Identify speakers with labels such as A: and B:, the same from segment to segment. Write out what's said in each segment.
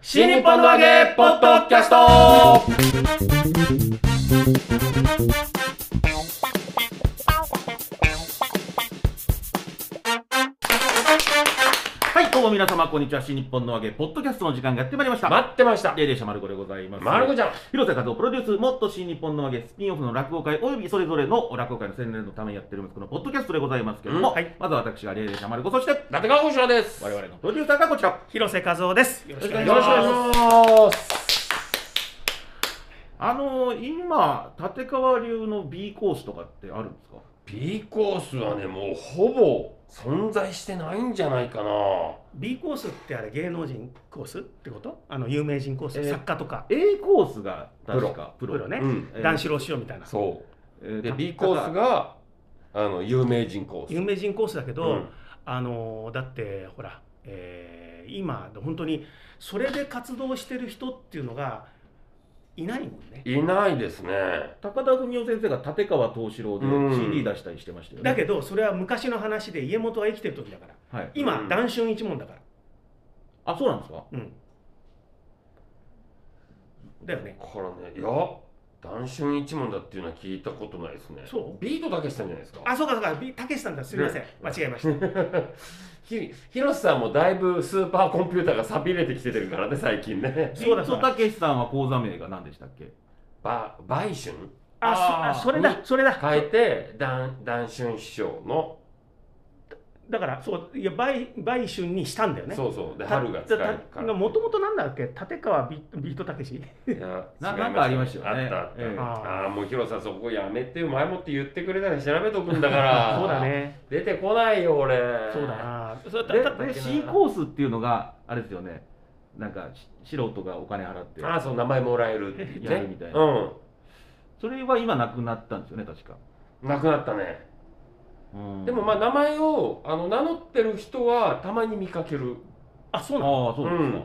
A: 新日本の揚げポッドキャストはい、どうも皆様、こんにちは。新日本の揚げポッドキャストの時間がやってまいりました。
B: 待ってました。
A: レイレイシャマルコでございます。
B: まるこちゃん。
A: 広瀬和夫プロデュース、もっと新日本の揚げ、スピンオフの落語会、およびそれぞれの落語会の宣伝のためにやってる息子のポッドキャストでございますけれども、
B: うんはい
A: まずは私がレイレイシャマルコ、そして、
B: 立川保証です。
A: 我々のプロデューサーがこちら。
C: 広瀬和夫です。よろしくお願いし
B: よろしくお
C: ま
B: 願いします。
A: あのー、今、立川流の B コースとかってあるんですか
B: B コースはね、もうほぼ存在してないんじゃないかな。
C: す。B コースってあれ芸能人コースってこと？あの有名人コース、
A: えー
C: 作家とか
A: A コースが確かプ
C: プロね
B: う、ん。
A: えー
C: 男子郎師匠みたいな。
B: そ
A: え
B: う。
A: ー
B: で、B コースが、あの、有名人コース。
C: 有名人コースだけど、
B: うん
C: あのーだってほら、えー今本当にそれで活動してる人っていうのがいないもんね。
B: いないですね。
A: 高田文夫先生が立川藤四郎で
B: うん
A: CD 出したりしてましたよね。
C: だけどそれは昔の話で家元が生きてる時だから。
A: はい、
C: 今、
B: うん
C: 男春一門だから。
A: あ、そうなんですか
C: うん。だよね。
B: からね、いや、男春一門だっていうのは聞いたことないですね。
C: そう
B: ビートたけしさんじゃないですか。
C: あ、そうかそうか。B たけしさんだ。すみません。間違えました。
B: ひ、広瀬さんもだいぶスーパーコンピューターが錆びれてきてるからね、最近ね。
C: そうだそうだ
A: たけしさんは講座名が何でしたっけ
B: ば、売春
C: あ
B: あー
C: そあそれだそれだ
B: 変えて、男、男春師匠の
C: だからそういや売買春にしたんだよね
B: そうそうで
C: た
B: 春が使えるか
C: た
B: ら
C: もともとなんだっけ立川ビビートたけし
B: いや
A: な
B: 違い
A: なんかありましたよね
B: あったあった、
A: ええ
B: ああもう広瀬さんそこやめてよ前もって言ってくれたら調べとくんだから
C: そうだね
B: 出てこないよ俺
C: そうだなそれ
A: で
C: たた
A: で
B: だけど
A: C コースっていうのがあれですよねなんかし素人がお金払って
B: ああそう名前もらえるって言って
A: やるみたいなそれは今なくなったんですよね確か、
B: うんなくなったね
A: うん
B: でもまあ名前をあの名乗ってる人はたまに見かける
C: あそうなの
A: ああそうですか、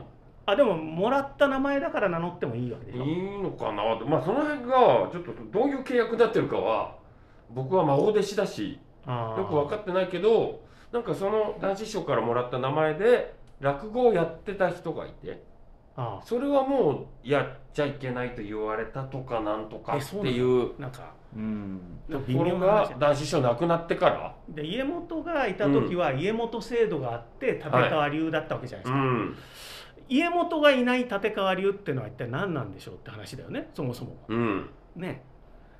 C: あでももらった名前だから名乗ってもいいわけでし
B: い
C: ょ
B: いのかなまあその辺がちょっとどういう契約になってるかは僕は孫弟子だし
C: あー
B: よく分かってないけどなんかその男子師匠からもらった名前で落語をやってた人がいて
C: あ
B: それはもうやっちゃいけないと言われたとかなんとか
C: え
B: って
C: そうなの
B: いう
C: ーなんか
A: うん
C: なんか
B: ところ
C: な話
B: が男子師匠亡くなってから
C: で家元がいた時は家元制度があって立川流だったわけじゃないで
B: う
C: すか、
B: ん
C: 家元がいない立川流ってのは一体何なんでしょうって話だよねそもそも
B: うん
C: ね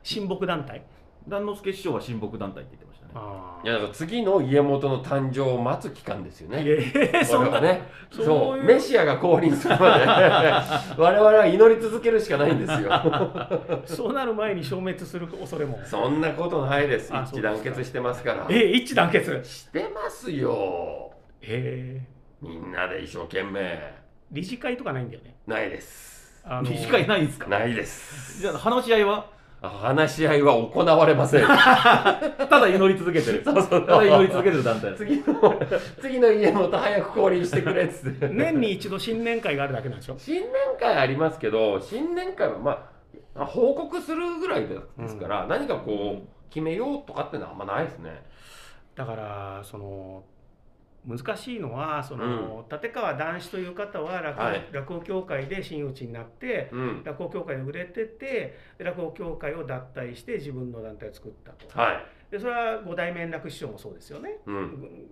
C: 親睦団体
A: 段之助師匠は親睦団体って言ってましたね
C: あ
B: いやだから次の家元の誕生を待つ期間ですよね
C: ええそ
B: 我
C: ん
B: 々は
C: な、
B: ねそう
C: そういう
B: メシアが降臨するまで 我々は祈り続けるしかないんですよ
C: そうなる前に消滅する恐れも。
B: そんなことないです
C: あ
B: 一致団結してますから
C: ええ一致団結。
B: してますよ
C: ええ
B: みんなで一生懸命
C: 理事会とかないんだよね。
B: ないです
C: あ
A: 理事会
C: い。
A: ないんですか
B: ないです
A: じゃあ話し合いは
B: あ話し合いは行われ ません
A: ただ祈り続けて る
B: そうそう
A: ただ祈り続けてる団体です
B: 次の次の家元早く降臨してくれっつって
C: 年に一度新年会があるだけなんでしょ。
B: 新年会ありますけど新年会はまあ報告するぐらいですから、何かこう決めようとかってのはあんまないですね
C: だからその難しいのはその、立川談志という方は落語,、
B: はい
C: 落語協会で真打ちになって。
B: うん
C: 落語協会で売れててで落語協会を脱退して自分の団体を作ったと、
B: はい
C: でそれは五代目円楽師匠もそうですよね、
B: うん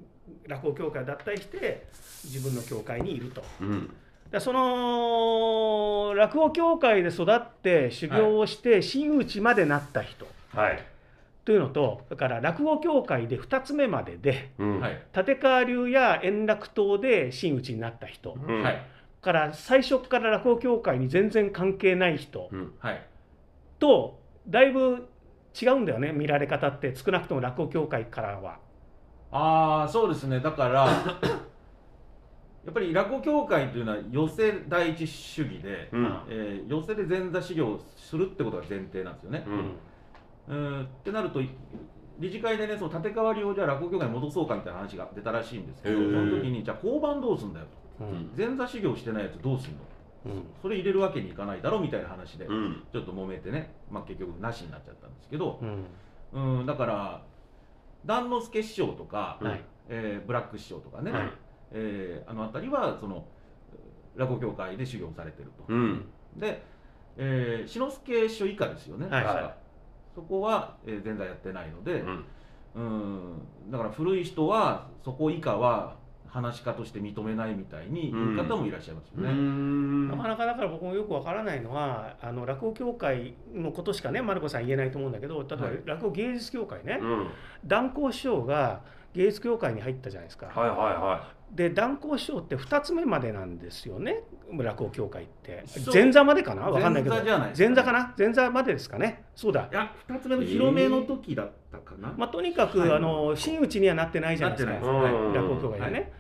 C: 落語協会を脱退して自分の協会にいると
B: うん
C: だからその落語協会で育って修行をして真打ちまでなった人
B: はい
C: というのとだから落語協会で2つ目までで
B: うん
A: はい、
C: 立川流や円楽党で真打ちになった人
B: うん
A: はい
C: から最初から落語協会に全然関係ない人
B: うん
A: はい
C: とだいぶ違うんだよね見られ方って少なくとも落語協会からは。
A: ああそうですねだから やっぱり落語協会というのは寄せ第一主義で、
B: うん
A: えー寄せで前座修行をするってことが前提なんですよね。
B: うん
A: うんってなると理事会でねその立川流をじゃあ落語協会に戻そうかみたいな話が出たらしいんですけど
B: へ
A: そ
B: ー
A: の時にじゃあ交番どうすんだよと
C: うん
A: 前座修行してないやつどうすんの
C: うん
A: それ入れるわけにいかないだろみたいな話で、
B: うん
A: ちょっと揉めてね、まあ、結局なしになっちゃったんですけど、
C: うん
A: うん、だから段之助師匠とか、
C: はい
A: えーブラック師匠とかね、
B: はい
A: えーあの辺りはその落語協会で修行されてると、
B: うん
A: で、えー、志の輔師匠以下ですよね、
C: はい
A: 確かそこは、えー、前座やってないので
B: う、ん
A: うんだから古い人はそこ以下は話し家として認めないみたいに言う方もいらっしゃいますよね。
B: ん
C: なかなかだから僕もよくわからないのはあの落語協会のことしかね丸子さん言えないと思うんだけど例えば
A: はい
C: 落語芸術協会ね、
B: うん
C: 断交師匠が芸術協会に入ったじゃないですか、
B: はいはいは
C: で断交師匠って2つ目までなんですよね落語協会って
A: そう
C: 前座までかなわかんないけど
A: 前座じゃない
C: 前座かな前座までですかねそうだ
A: いや2つ目の広めの時だったかな、
C: まあ、とにかく、
A: はい
C: あの真打ちにはなってないじゃないですか
A: なって
B: い。
A: なはい
B: うん
C: 落語協会でね。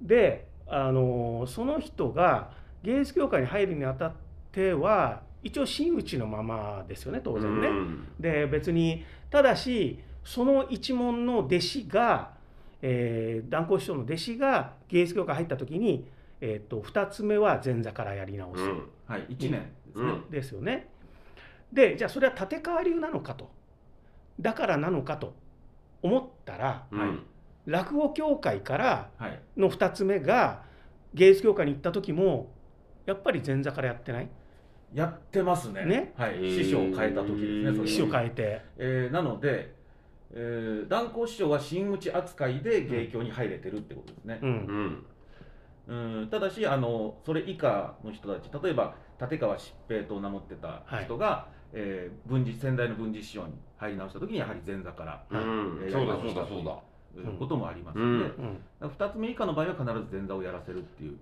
C: であのその人が芸術協会に入るにあたっては一応真打ちのままですよね当然ね。
B: うん
C: で別にただしその一門の弟子が、えー、断交師匠の弟子が芸術協会入った時に、えー、と2つ目は前座からやり直す、
B: うん
A: はい、1年ですね、
B: うん
C: ですよね。でじゃあそれは立川流なのかとだからなのかと思ったら
B: うん
C: 落語協会から
A: はい、
C: の2つ目が芸術協会に行った時もやっぱり前座からやってない
A: やってますね
C: ね
A: はい
B: へ、ー
A: 師匠を変えた時ですねそれは
C: 秘書変えて
A: えーなので、えー、断交師匠は真打ち扱いで芸協に入れてるってことですね
C: う、
B: うんん
A: うん、ただしあのそれ以下の人たち例えば立川疾平と名乗ってた人が、えー文治先代の文治師匠に入り直した時にやはり前座から、
B: う
A: え
B: ん
A: ー
B: そうだ
A: やり直
B: そう
A: した
B: だ
A: と
B: そ
A: いう
B: だ
A: うこともあります
B: う
A: の
B: ん
A: で、
C: うん
A: だから2つ目以下の場合は必ず前座をやらせるっていう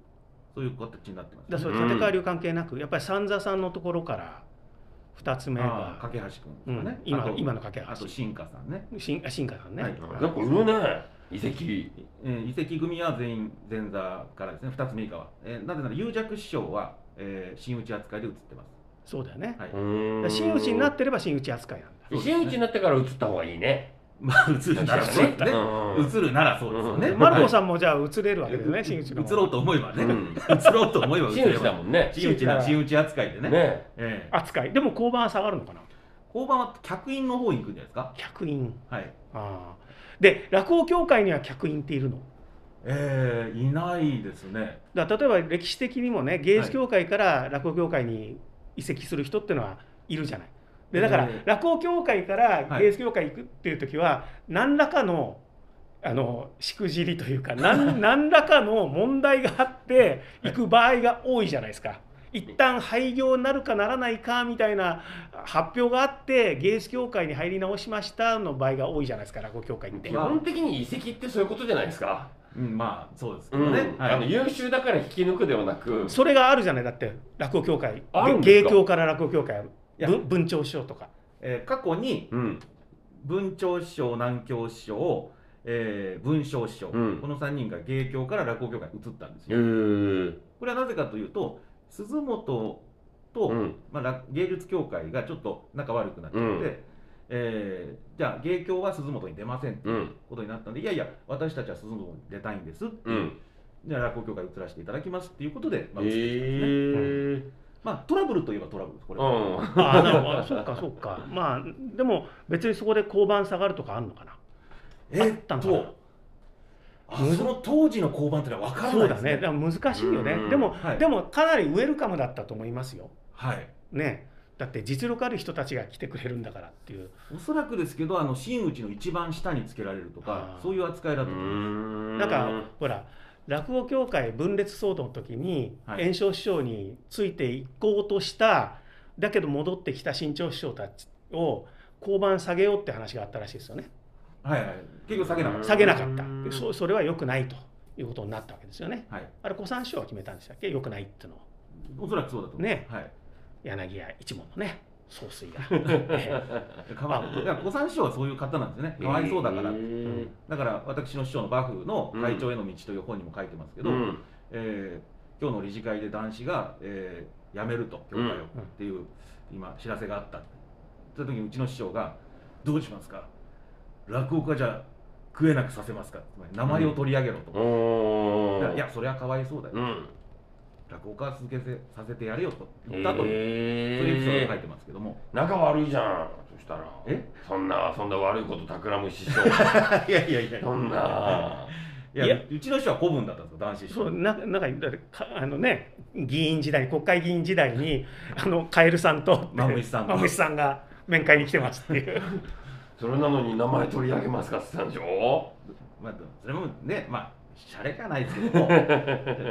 A: そういう形になってます、
C: だからそれ立川流関係なくやっぱり三座さんのところから2つ目
A: あー
C: が
A: 架橋君とかね、
C: うん今
A: あと
C: 今の架
A: あと
C: 橋
A: 新華さんね、
C: 新あ新華さんね、
A: はい
B: なんか売るね遺跡
A: えー、遺跡組は全員前座からですね2つ目以下は、えーなぜなら有弱師匠は、えー真打ち扱いで移ってます
C: そうだよね、
A: はい
B: う
C: だから
B: ん
C: 真打ちになってれば真打ち扱いなんだ
B: 真打ちになってから移った方がいいね
A: まあ移るならそうですね
B: うん
A: 移るならそうですよね
B: う
C: マルコ
A: ん
C: さんもじゃあ映れるわけですね真打ちの
A: 移ろうと思えばね
B: う
A: 移
B: ん
A: ろうと思えば移
B: 真打
A: れ
B: ちだ
A: ば
B: もんね
A: 真打ちな真打ち扱いでね
B: ね
A: ええ
C: 扱いでも交番は下がるのかな
A: 交番は客員の方に行くんじゃないですか
C: 客員
A: はい
C: ああで落語協会には客員っているの
A: ええいないですね
C: だから例えば歴史的にもね芸術協会から落語協会に移籍する人っていうのはいるじゃない。でだから
A: えー
C: 落語協会から
A: はい
C: 芸術協会行くっていう時は何らかのあのしくじりというか 何何らかの問題があって行く場合が多いじゃないですか。一旦廃業になるかならないかみたいな発表があって芸術協会に入り直しましたの場合が多いじゃないですか落語協会って
B: 基。本的に遺跡ってそういうことじゃないですか
A: うんまあそうですけ
B: う
A: ど
B: ん
A: ね、は
B: あの
A: い
B: 優秀だから引き抜くではなく
C: それがあるじゃないだって落語協会
B: あるんです
C: 芸
B: か
C: 協から落語協会ある
A: いや
C: 文文鳥師匠とか
A: えー過去に
B: うん
A: 文鳥師匠南京師匠、えー文章師匠、
B: うん
A: この3人が芸協から落語協会に移ったんです
B: え
A: よ
B: ー
A: これはなぜかというと鈴本と、
B: うん
A: まあら、芸術協会がちょっと仲悪くなっちゃって、
B: うん
A: えーじゃあ芸協は鈴本に出ませんって
B: うん
A: ことになったんで、いやいや私たちは鈴本に出たいんです、
B: うん
A: じゃあ落語協会に移らせていただきますっていうことで、まあ
B: えー
A: まあ、トラブルといえばトラブルですこれは、
B: うん
C: ああなるほどそうかそうかまあでも別にそこで交番下がるとかあるのかな
A: え
C: あった
A: っ
C: のかな
A: とあその当時の交番ってのは分から
C: そ
A: な
C: う
A: い
C: だ
A: です
C: ね
A: ね
C: だから難しいよね、
B: うん
C: でも、
A: はい
C: でもかなりウェルカムだったと思いますよ
A: はい
C: ねだって実力ある人たちが来てくれるんだからっていう
A: おそらくですけどあの真打ちの一番下につけられるとか
C: あー
A: そういう扱いだと思います
B: な
C: なんかほら落語協会分裂騒動の時に
A: はい
C: 圓生師匠についていこうとした、だけど戻ってきた新潮師匠たちを交番下げようって話があったらしいですよね
A: はいはい結局下げなかった
C: 下げなかった
B: うん
C: でそそれは良くないということになったわけですよね
A: はい
C: あれ小三師匠が決めたんでしたっけ良くないっていうのを
A: おそらくそうだと思います
C: ね
A: はい
C: 柳家一門のね総帥 が
A: かわいいだから小三師匠はそういう方なんですねかわいそうだから、
B: うん
A: だから私の師匠の馬風の「会長への道」という本にも書いてますけど、
B: うん
A: えー今日の理事会で男子が、えー辞めると教会をっていう、今知らせがあったその時にうちの師匠が「どうしますか落語家じゃ食えなくさせますか」つまり名前を取り上げろと、
B: おー
A: いやそれはかわいそうだよ、
B: うん
A: 落語家は続けてさせてやれよと言ったと、そういうエピソードが書い
B: え
A: てますけども
B: ー、仲悪いじゃんそしたら
A: え
B: そんなそんな悪いこと企む師匠
A: いやいやいやい
B: そんな
A: いや
C: いや
A: うちの師匠は古文だったんですよ男子師
C: そう
A: 匠
C: ななんかだってかあのね議員時代国会議員時代にあのカエルさんと
A: マムシさんが
C: マムシさんが面会に来てますっていう
B: それなのに名前取り上げますかって言ったんでしょ
A: まあそれもねまあシャレがないですけど も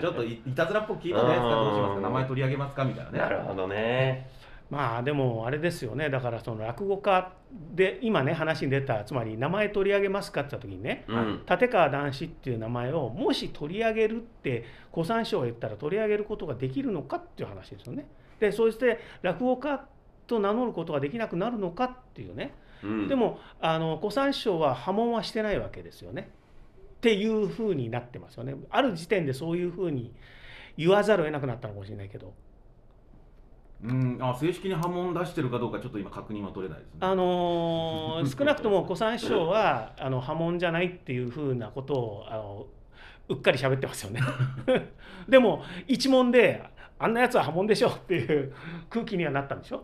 A: ちょっといいたずらっぽく聞いたじゃないですかどうします
B: う
A: か
B: ん
A: 名前取り上げますかみたいなね
B: なるほどね
C: まあでもあれですよねだからその落語家で今ね話に出たつまり名前取り上げますかって言った時にね
B: うん
C: 立川談志っていう名前をもし取り上げるって古参省が言ったら取り上げることができるのかっていう話ですよね。でそして落語家と名乗ることができなくなるのかっていうね
B: うん
C: でもあの古参省は破門はしてないわけですよね。っていうふうになってますよね。ある時点でそういうふうに言わざるを得なくなったのかもしれないけど、
A: うんあ正式に波紋出してるかどうかちょっと今確認は取れないですね
C: あのー少なくとも古参 省はあの破門じゃないっていうふうなことをあのうっかり喋ってますよね。 でも一問であんなやつは破門でしょっていう空気にはなったんでしょ。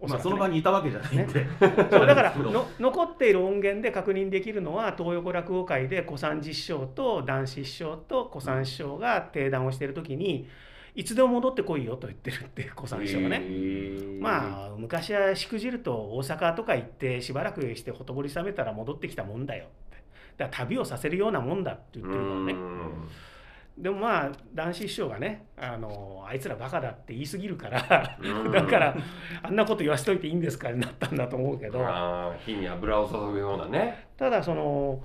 C: お
A: ま
C: そ
A: あ、
C: らく
A: そ
C: ね
A: の場にいたわけじゃないん で、
C: そうだから
A: そう
C: の残っている音源で確認できるのは東横落語会で古参実証と男子師匠と古参師匠が定談をしている時にいつでも戻ってこいよと言ってるって古参師匠がね。まあ昔はしくじると大阪とか行ってしばらくしてほとぼり冷めたら戻ってきたもんだよってだから旅をさせるようなもんだって言ってるからねでもまあ男子師匠がねあのあいつらバカだって言い過ぎるから
B: うん
C: だからあんなこと言わしといていいんですかになったんだと思うけど
B: あー火に油を注ぐようなね
C: ただその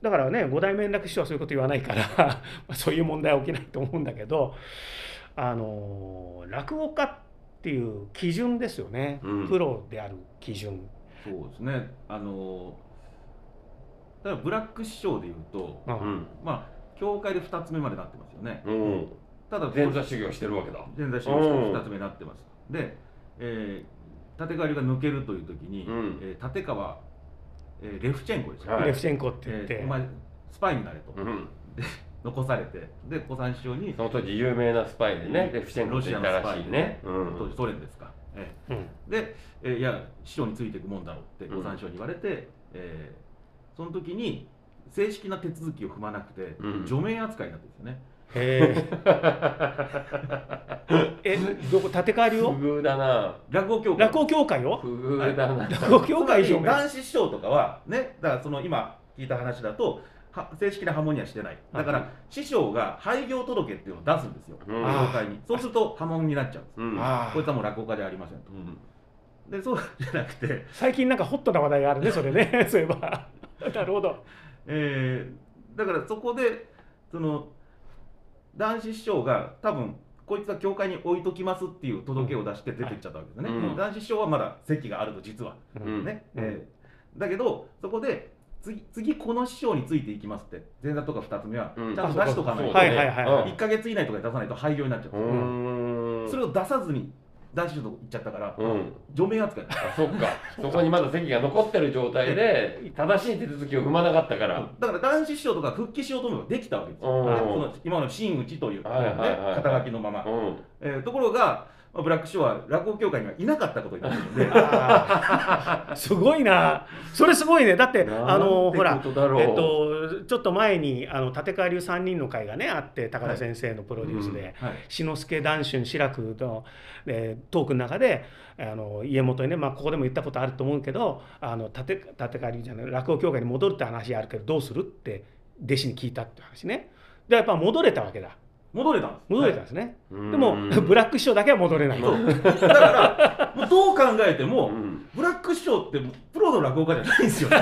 C: だからね五代目円楽師匠はそういうこと言わないから まあそういう問題は起きないと思うんだけどあの落語家っていう基準ですよね、
B: うん
C: プロである基準。
A: そうですね、あのだからブラック師匠でいうと、
C: うん
B: うん
A: まあ、教会で2つ目までなってますよね、
B: うん
A: ただ、
B: 前座修行してるわけだ
A: 前座師匠
B: うん
A: 2つ目になってます。で、えー立川流が抜けるという時に、
B: うん
A: えー立川、えーレフチェンコですよね、
B: はい
C: レフチェンコって言って、
A: えーお前、スパイになれと、
B: うん
A: 残されて、で、小三師匠に、
B: その当時有名なスパイでねレフチェンコっていたらしいねう
A: 当時
B: ん
A: ソ連ですか。えー
C: うん
A: で、えーいや師匠についていくもんだろうって
B: う
A: 御
B: ん
A: 三師匠に言われて、えーその時に正式な手続きを踏まなくて、
B: うん
A: 除名扱いになったんですよね
C: へ ーえどこ立川流を
B: 不遇だな
A: 落語協会
C: 落語協会を
B: 不遇だな
C: 落語協会
A: つま
C: 上
A: り
C: 面
A: 男子師匠とかはねだからその今聞いた話だとは正式な破門にはしてないだから、
C: は
A: 師匠が廃業届っていうのを出すんですよ
B: うん
A: 協会にそうすると破門になっちゃうんです
B: うん
C: あ
A: こいつ
C: ー
A: はもう落語家ではありませんと
B: うん
A: でそうじゃなくて
C: 最近なんかホットな話題があるねそれ ねそういえばなるほど
A: えーだからそこでその男子師匠が多分こいつは教会に置いときますっていう届けを出して出てっちゃったわけですね、
B: うん
A: 男子師匠はまだ席があると実は、
B: うん
A: ね、
C: うん
A: えーだけどそこで次次この師匠についていきますって前座とか2つ目はち
B: うん
A: ゃんと出しとかない
B: そう
A: と、
B: だね
C: はいはいはいは
A: 1か月以内とかで出さないと廃業になっちゃう
B: う、ん
A: それを出さずに男子師匠のとこ行っちゃったから、
B: うん
A: 除名扱い
B: あそっかそこにまだ席が残ってる状態で正しい手続きを踏まなかったから
A: だから男子師匠とか復帰しようと思えばできたわけですよ、
B: うん
A: ねその今の真打ちという、ね
B: はいはいはい
A: 肩書きのまま、
B: うん
A: えーところが、まあブラックショーは落語協会にはいなかったことになるので、
C: あーすごいなそれすごいねだってあのほ
B: なん
C: ら
B: てことだろう
C: えっと、ちょっと前にあの立川流3人の会がねあって高田先生のプロデュースで、
B: は
A: は
B: い
A: い、
C: 志の輔談春志らくの、えートークの中であの家元にね、まあ、ここでも言ったことあると思うけどあの立て立川流じゃない落語協会に戻るって話あるけどどうするって弟子に聞いたって話ねでやっぱ戻れたわけだ
A: 戻れたんです。
C: 戻れたんですね、
B: うん
C: でも、 ブラック師匠だけは戻れない
B: そう
A: はいだから、もうどう考えても、
B: うん
A: ブラックショーってプロの落語家じゃないんですよね。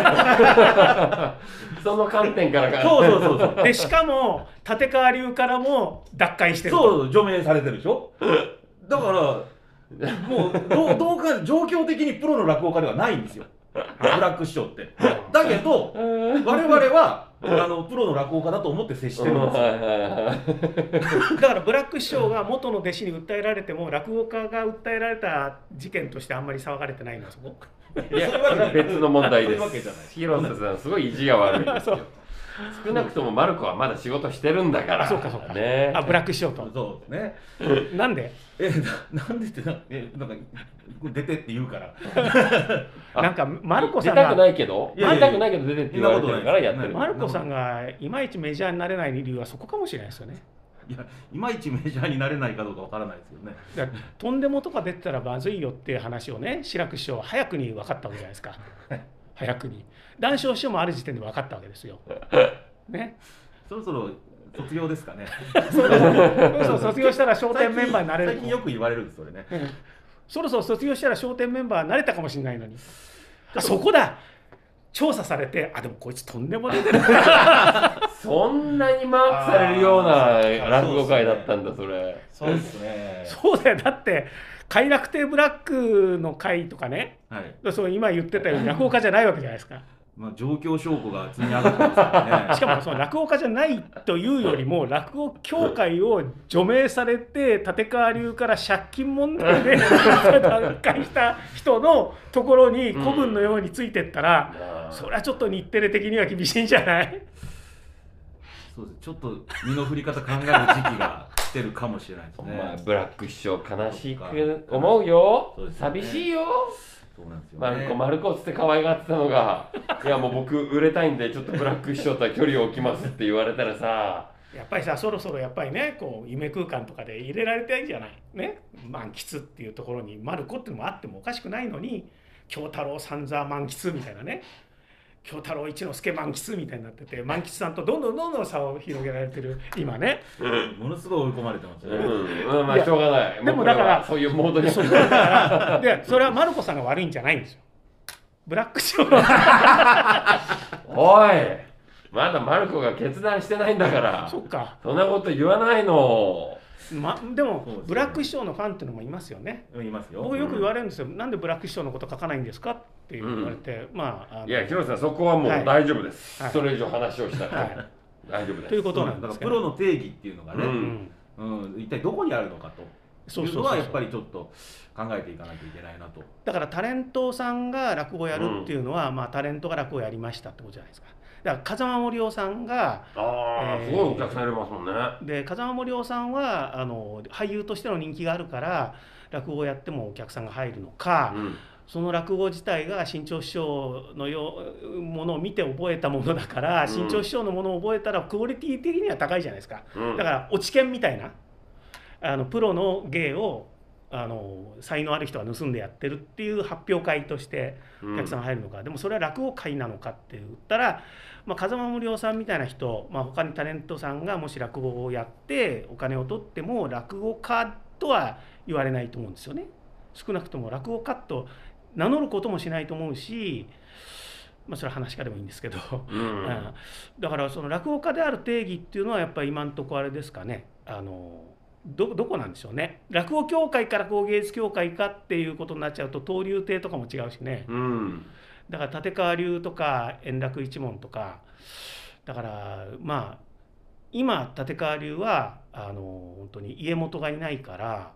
B: その観点からか
A: そうそうそうそう。
C: でしかも立川流からも脱会してる
A: そう
C: う
A: そう除名されてるでしょ。だから、もうどうどう考えても状況的にプロの落語家ではないんですよ、ブラックショーって。だけど、
B: うん
A: 我々はあのプロの落語家だと思って接してるんですよ。
B: はいはいはい
C: だからブラック師匠が元の弟子に訴えられても落語家が訴えられた事件としてあんまり騒がれてないのそこ
B: いや、それは別の問題
A: そうい
B: で
A: うわけじゃない
B: す。広瀬さん、すごい意地が悪いですよ。少なくともマルコはまだ仕事してるんだから
C: そうかそうか
B: ね
C: あブラックしようと
A: そうですね。
C: なんで
A: え、ななんでってな、え、なんか、出てって言うから。
B: あ
C: なんかマルコさん
B: 出たく
C: が
B: ないけど
A: いやいや
B: 出たくないけど出てって言われてるからやってる
A: そんなこと
C: マ
A: ない
C: ルコさんがいまいちメジャーになれない理由はそこかもしれないですよね
A: いや、いまいちメジャーになれないかどうかわからないですよね。
C: だからとんでもとか出てたらまずいよっていう話をね志らく師匠は早くに分かったわけじゃないですか早くに談笑師匠もある時点で分かったわけですよね
A: そろそろ卒業ですかね。
C: そうそうそう卒業したら笑点メンバーになれ
A: 最
C: る
A: 近よく言われるんです、それね。
C: うんそろそろ卒業したら笑点メンバーになれたかもしれないのにあそこだ調査されてあでもこいつとんでも出てる
B: そんなにマークされるような
A: あー
B: 落語会だったんだそれ
A: そうですね
C: そうだよだって快楽亭ブラックの会とかね
A: はい。
C: そう今言ってたように落語家じゃないわけじゃないですか
A: まあ、状況証拠が積み上がってますからね。
C: しかもその落語家じゃないというよりも落語協会を除名されて立川流から借金問題で 脱会した人のところに古文のようについてったら、そりゃちょっと日テレ的には厳しいんじゃない
A: そうです。ちょっと身の振り方考える時期が来てるかもしれないです
B: お前
A: ね。
B: ブラック師匠悲しく思うよ
A: そうですね
B: 寂しいよ
A: そうなんですよ、ね。
B: マルコマルコっつって可愛がってたのがいやもう僕売れたいんでちょっとブラック師匠とは距離を置きますって言われたらさ
C: やっぱりさそろそろやっぱりねこう夢空間とかで入れられたいんじゃないね満喫っていうところにマルコっていうのもあってもおかしくないのに京太郎三座満喫みたいなね京太郎一之輔満喫みたいになってて満喫さんとどんどんどんどん差を広げられてる今ね
A: ものすごい追い込まれてます
B: う
A: よね。
B: ん、うん、まあしょうがない
C: でもだから
B: うこれはそういうモードに
C: そうだからでそれはマルコさんが悪いんじゃないんですよブラックショーは
B: おいまだマルコが決断してないんだから
C: そっか、
B: そんなこと言わないの
C: ま、でも
A: そうですね
C: ブラックショーのファンっていうのもいますよね
A: いますよ。
C: 僕よく言われるんですよ、なんでブラックショーのこと書かないんですかって言われて、まああの
B: いや広瀬さんそこはもう
C: はい
B: 大丈夫です、
C: はい
B: それ以上話をしたら、
C: は
B: 大丈夫
C: い、
B: で
C: と
B: す
C: いうこと
A: そう
C: な
A: なん
C: ん
A: だから
C: で
A: プ
C: すけど、
A: ロの定義っていうのがね、
B: う
C: うんん、
A: うん、一体どこにあるのかと
C: そ
A: いうう
C: そ
A: の
C: うそ
A: は
C: う
A: やっぱりちょっと考えていかなきゃいけないなと。
C: だからタレントさんが落語をやるっていうのは、まあ、タレントが落語をやりましたってことじゃないですかだから風間森夫さんが
B: ああ、
C: えー
B: すごいお客さんいれますもんね
C: で風間森夫さんはあの俳優としての人気があるから落語をやってもお客さんが入るのか、
B: うん
C: その落語自体が新潮師匠のようものを見て覚えたものだから、
B: うん
C: 新潮師匠のものを覚えたらクオリティ的には高いじゃないですか
B: うん
C: だから落ち研みたいなあのプロの芸をあの才能ある人が盗んでやってるっていう発表会として
B: うん
C: お客さんが入るのか、でもそれは落語会なのかって言ったら、まあ、風間無夫さんみたいな人、まあ、他にタレントさんがもし落語をやってお金を取っても落語家とは言われないと思うんですよね少なくとも落語家と名乗ることもしないと思うし、まあ、それは話家でもいいんですけど、
B: うん
C: うんだからその落語家である定義っていうのはやっぱり今んとこあれですかねあのどどこなんでしょうね落語協会か落語芸術協会かっていうことになっちゃうと登竜亭とかも違うしね、
B: うん
C: だから立川流とか円楽一門とかだからまあ今立川流はあの本当に家元がいないから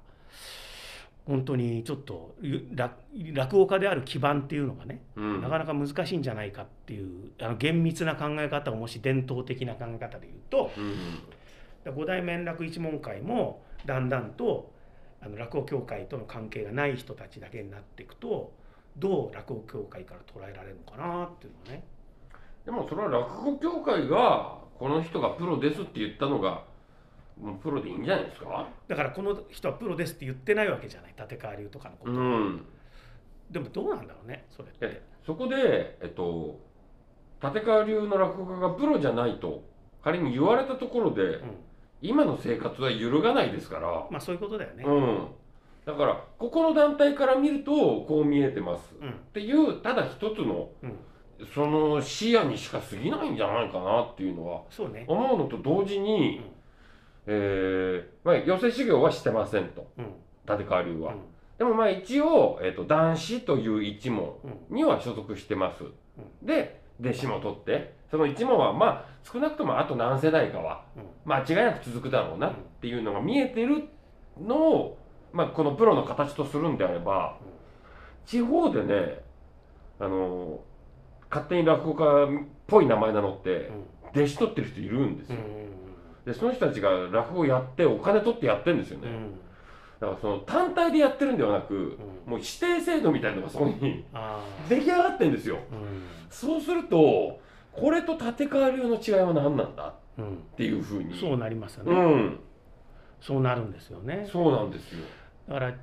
C: 本当にちょっとゆ落落語家である基盤っていうのがね、
B: うん
C: なかなか難しいんじゃないかっていうあの厳密な考え方をもし伝統的な考え方で言うと
B: うん
C: だから五代目円楽一門会もだんだんとあの落語協会との関係がない人たちだけになっていくとどう落語協会から捉えられるのかなっていうのね
B: でもそれは落語協会がこの人がプロですって言ったのがもうプロでいいんじゃないですか
C: だからこの人はプロですって言ってないわけじゃない立川流とかのこ
B: う
C: と、
B: ん
C: でもどうなんだろうねそれって
B: えそこでえっと立川流の落語家がプロじゃないと仮に言われたところで、
C: うん
B: 今の生活は揺るがないですから、
C: まあそういうことだよね
B: うん、だからここの団体から見るとこう見えてますっ
C: うん
B: ていうただ一つの
C: うん
B: その視野にしか過ぎないんじゃないかなっていうのは
C: そうね
B: 思うのと同時に、えーまあ、寄席修行はしてませんと
C: うんうん
B: 立川流
C: う
B: は、
C: ん
B: でもまあ一応、えー、と男子という一門
C: うん
B: には所属してます、で弟子も取ってその一門はまあ少なくともあと何世代かは
C: うん
B: 間違いなく続くだろうなっていうのが見えてるのを、まあ、このプロの形とするんであれば
C: うん
B: 地方でねあの勝手に落語家っぽい名前なのって
C: うん
B: 弟弟子取ってる人いるんです
C: う
B: よ
C: ん、
B: でその人たちが落語やってお金取ってやってるんですよ
C: う
B: ね、
C: ん
B: だからその単体でやってるんではなく、
C: うん
B: もう指定制度みたいなのがそこに
C: ああ
B: 出来上がってるんですよそうするとこれと立川流の違いは何なんだ
C: うんうん
B: っていうふうに
C: そうなりますよ
B: う
C: ね、
B: ん
C: そうなるんですよね
B: そうなんです よ
C: だから例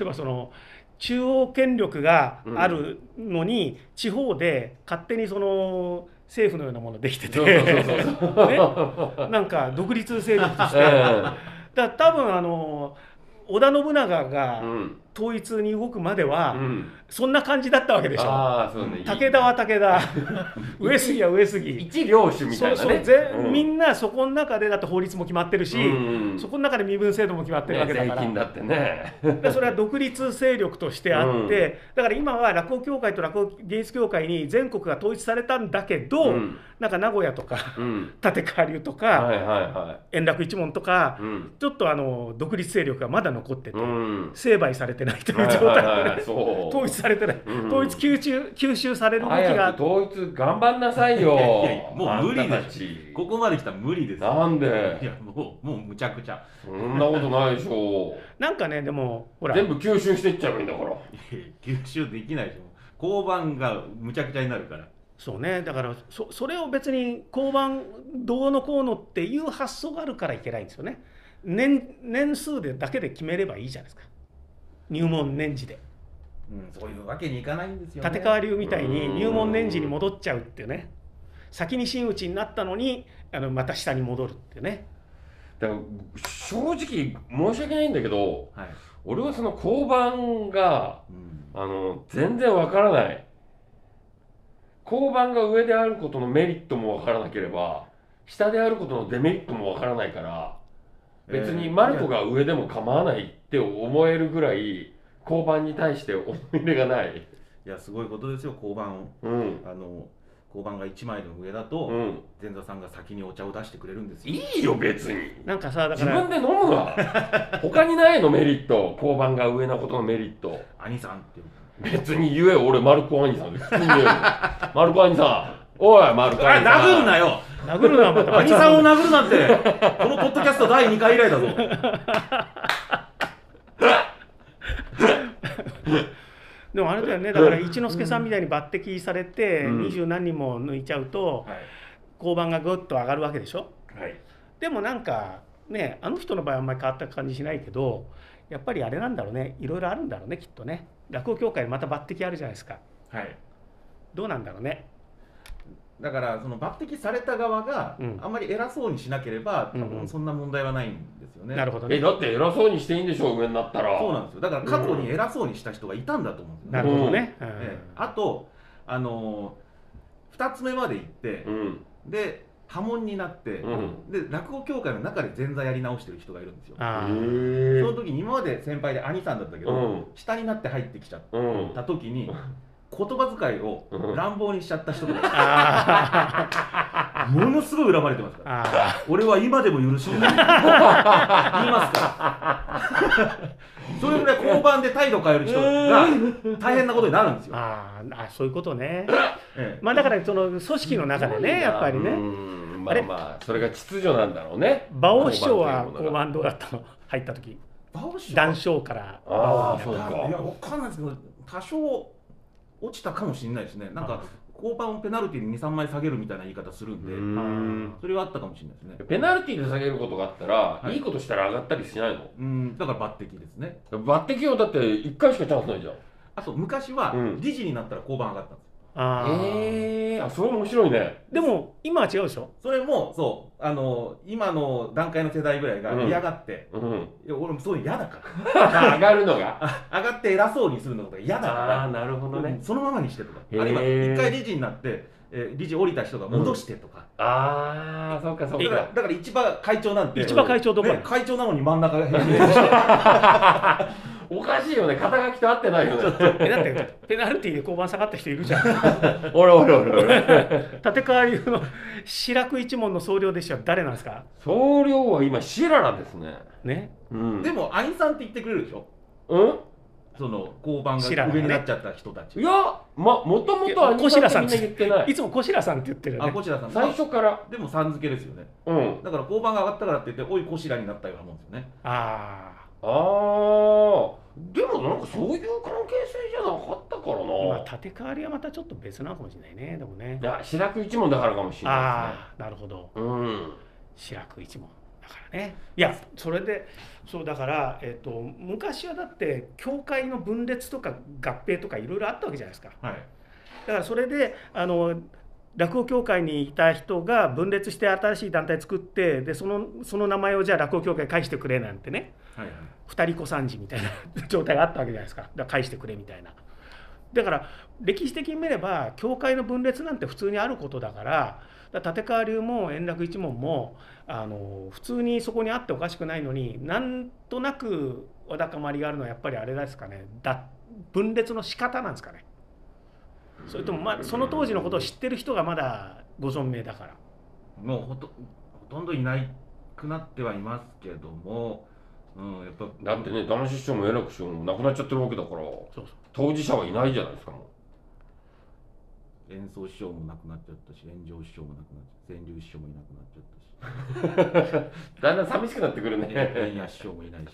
C: えばその中央権力があるのに、地方で勝手にその政府のようなものできてて
B: そうそうそうそう
C: ね
B: ね
C: なんか独立勢力 として
B: え
C: だから多分あの織田信長
B: えう
C: が
B: ん
C: 統一に動くまで
B: う
C: は、
B: ん
C: そんな感じだったわけでしょ
B: ああそうね
C: 武田は 武田上杉は上杉
B: 一領主みた
C: そ
B: いうな
C: そう
B: ね
C: ぜ、
B: うん
C: みんなそこの中でだって法律も決まってるし、
B: うんうん
C: そこの中で身分制度も決まってるわけだか
B: ね税
C: ら、
B: 金だってね
C: でそれは独立勢力としてあって、
B: うん
C: だから今は落語協会と落語芸術協会に全国が統一されたんだけ
B: う
C: ど、
B: ん
C: なんか名古屋とか
B: うん
C: 立川流とか、
B: はいはいは
C: 円楽一門とか
B: いうん
C: ちょっとあの独立勢力がまだ残ってて、
B: うん
C: 成敗されてないという
B: はい
C: 状態で、
B: はいはいそう
C: 統一されてない、
B: うん
C: 統一吸収吸収される動きがあ
B: 早
C: っ
B: く統一頑張んなさいよ
A: いやいやもう無理だ
B: あんたたち
A: ここまで来たら無理ですよ
B: なん
A: い
B: で
A: やもうもうむちゃくちゃ
B: そんなことないでしょ
C: なんかねでもほら
B: 全部吸収していっちゃえばいいんだから
A: いやいや 吸収できないでしょ交番がむちゃくちゃになるから
C: そうねだからそそれを別に交番どうのこうのっていう発想があるからいけないんですよね年年数でだけで決めればいいじゃないですか入門年次で
A: うん、そういうわけにいかないんですよ、ね。
C: 立川流みたいに入門年次に戻っちゃうっていうね先に真打ちになったのにあのまた下に戻るっていうね
B: だから正直申し訳ないんだけど
A: はい。
B: 俺はその交番が
A: うん。
B: あの全然わからない交番が上であることのメリットもわからなければ下であることのデメリットもわからないから別にマルコ
A: が。
B: が上でも構わないって思えるぐらい交番に対して思い入れがない
A: いや、すごいことですよ、交番を。
B: うん
A: あの、交番が1枚の上だ
B: う
A: と、
B: ん
A: 前座さんが先にお茶を出してくれるんですよ。
B: いいよ別に
C: なんかさだか
B: 自
C: ら
B: 分で飲むわ他にないのメリット交番が上なことのメリット
A: 兄さんって呼ぶ。
B: 別に言えよ俺マルコ兄さんで普通に言えよマルコ兄さんおいマルコ
A: あ
B: 兄さん
A: 殴るなよ
C: 殴るの はまた
A: 兄さんを殴るなんて、このポッドキャスト第2回以来だぞ。
C: でもあれだよねだから一之輔さんみたいに抜擢されて
B: うん
C: 二十何人も抜いちゃうと
A: はい。
C: 交番がぐっと上がるわけでしょ
A: はい。
C: でもなんかねあの人の場合はあんまり変わった感じしないけどやっぱりあれなんだろうねいろいろあるんだろうねきっとね落語協会また抜擢あるじゃないですか
A: はい。
C: どうなんだろうね
A: だから、その抜擢された側が
C: うん、
A: あんまり偉そうにしなければ、多
C: うんうん
A: 分そんな問題はないんですよね。
C: なるほど
B: え
C: ね
B: だって偉そうにしていいんでしょ上になったら
A: そうなんですよ。だから、過去に偉そうにした人がいたんだと思うんですよね
C: なるほどね、うん
A: ええあと、あのー、2つ目まで行って、
B: うん
A: で波紋になって、
B: うん
A: で落語協会の中で前座やり直してる人がいるんですよ
B: へ
C: あー
A: そ
B: え
A: の時に今まで先輩で兄さんだったけど、
B: うん
A: 下になって入ってきちゃっ
B: うん
A: た時に言葉遣いを
B: うん
A: 乱暴にしちゃった人が
C: あ ー
A: ものすごい恨まれてますから
C: あ
A: 俺は今でも許してない言いますからそれぐらい交番で態度変える人が大変なことになるんです
C: ー
A: よ、
C: あーあそういうことね
A: ええ
C: まあだからその組織の中でねやっぱり
B: う
C: ね
B: ん
C: あ
B: ま
C: れ
B: あまあそれが秩序なんだろうね
C: 馬王師匠は
B: 交
C: 交
B: 番
C: 番どうだったの入った時
A: 馬王師匠
C: 談笑から
B: ああ
A: い
B: そうか
A: や、わかんないですけど、多少落ちたかもしれないですね。なんか、交番をペナルティに2、3枚下げるみたいな言い方するん
B: う
A: で、
B: ん
A: それはあったかもしれないですね。
B: ペナルティで下げることがあったら、
A: い
B: い、いことしたら上がったりしないの
A: うん、だから抜擢ですね。
B: 抜擢をだって1回しかチャンスないじゃん
A: あと、昔は
B: うん
A: 理事になったら交番上がったんですよ。
C: あー
B: えー、あそれ面白いね
C: でも今は違うでしょ
A: それも、そう、あの、今の段階の世代ぐらいが
B: うん
A: 嫌がって、
B: うん
A: いや俺もそういうの嫌だから
B: 上がるのが
A: 上がって偉そうにするのが嫌だ
B: ああ
A: か
B: なるほ
A: ら、
B: どね
A: そのままにしてとか、
B: へー
A: あるいは一回理事になって、えー理事降りた人が戻してとか、
B: ああそうかそう
A: だから
B: か
A: だから市場会長なんて、
C: 一番会長どこな
A: ね
C: の、
A: 会長なのに真ん中が変形して
B: おかしいよね肩書きと合ってないよね
C: えだってペナルティーで交番下がった人いるじゃん
B: おらおらおらおら
C: 立川流の白く一門の総領弟子は誰なんですか
B: 総領は今シララですね
C: ね
B: うん
A: でも兄さんって言ってくれるでしょ
B: うん
A: その交番
C: 知ら
A: が
C: ない
A: 上になっちゃった人たち、
B: いや、ま、もともとアニメ
C: 小白
B: って
C: さ
B: み
C: ん
B: んな言ってないい。
C: つも小白さんって言ってるよ
A: あ
C: ね
A: こちらさん
B: 最初から。
A: でもさん付けですよね
B: うん。
A: だから交番が上がったからって言っておいこしらになったようなもんですよね
C: あ
B: ああ。でもなんかそういう関係性じゃなかったから
C: あまあ
B: な。
C: 立て替わりはまたちょっと別なのかもしれないねでもね
B: いや、白く一門だからかもしれない
C: ああなるほど
B: ですね。うん。
C: 白く一門だからねいやそれでそうだから、えっと昔はだって教会の分裂とか合併とかいろいろあったわけじゃないですか
A: はい
C: だからそれであの落語協会にいた人が分裂して新しい団体作ってでそのその名前をじゃあ落語協会返してくれなんてね
A: はいはい
C: 二人子三次みたいな 状態があったわけじゃないですかだから返してくれみたいなだから歴史的に見れば教会の分裂なんて普通にあることだからだから立川流も円楽一門もあの普通にそこにあっておかしくないのになんとなくわだかまりがあるのはやっぱりあれですかねだ分裂の仕方なんですかねそれともまあその当時のことを知ってる人がまだご存命だから
A: もうほとほとんどいないくなってはいますけども、うん、やっぱ
B: だってね、男子師匠も偉く師匠も亡くなっちゃってるわけだから、
C: そう
B: 当事者はいないじゃないですか、も
A: 演奏師匠もなくなっちゃったし炎上師匠もなくなっちゃった川柳師匠もいなくなっちゃっ
B: う。だんだん寂しくなってくる
A: たし
B: ね。
A: 円谷師匠もいないし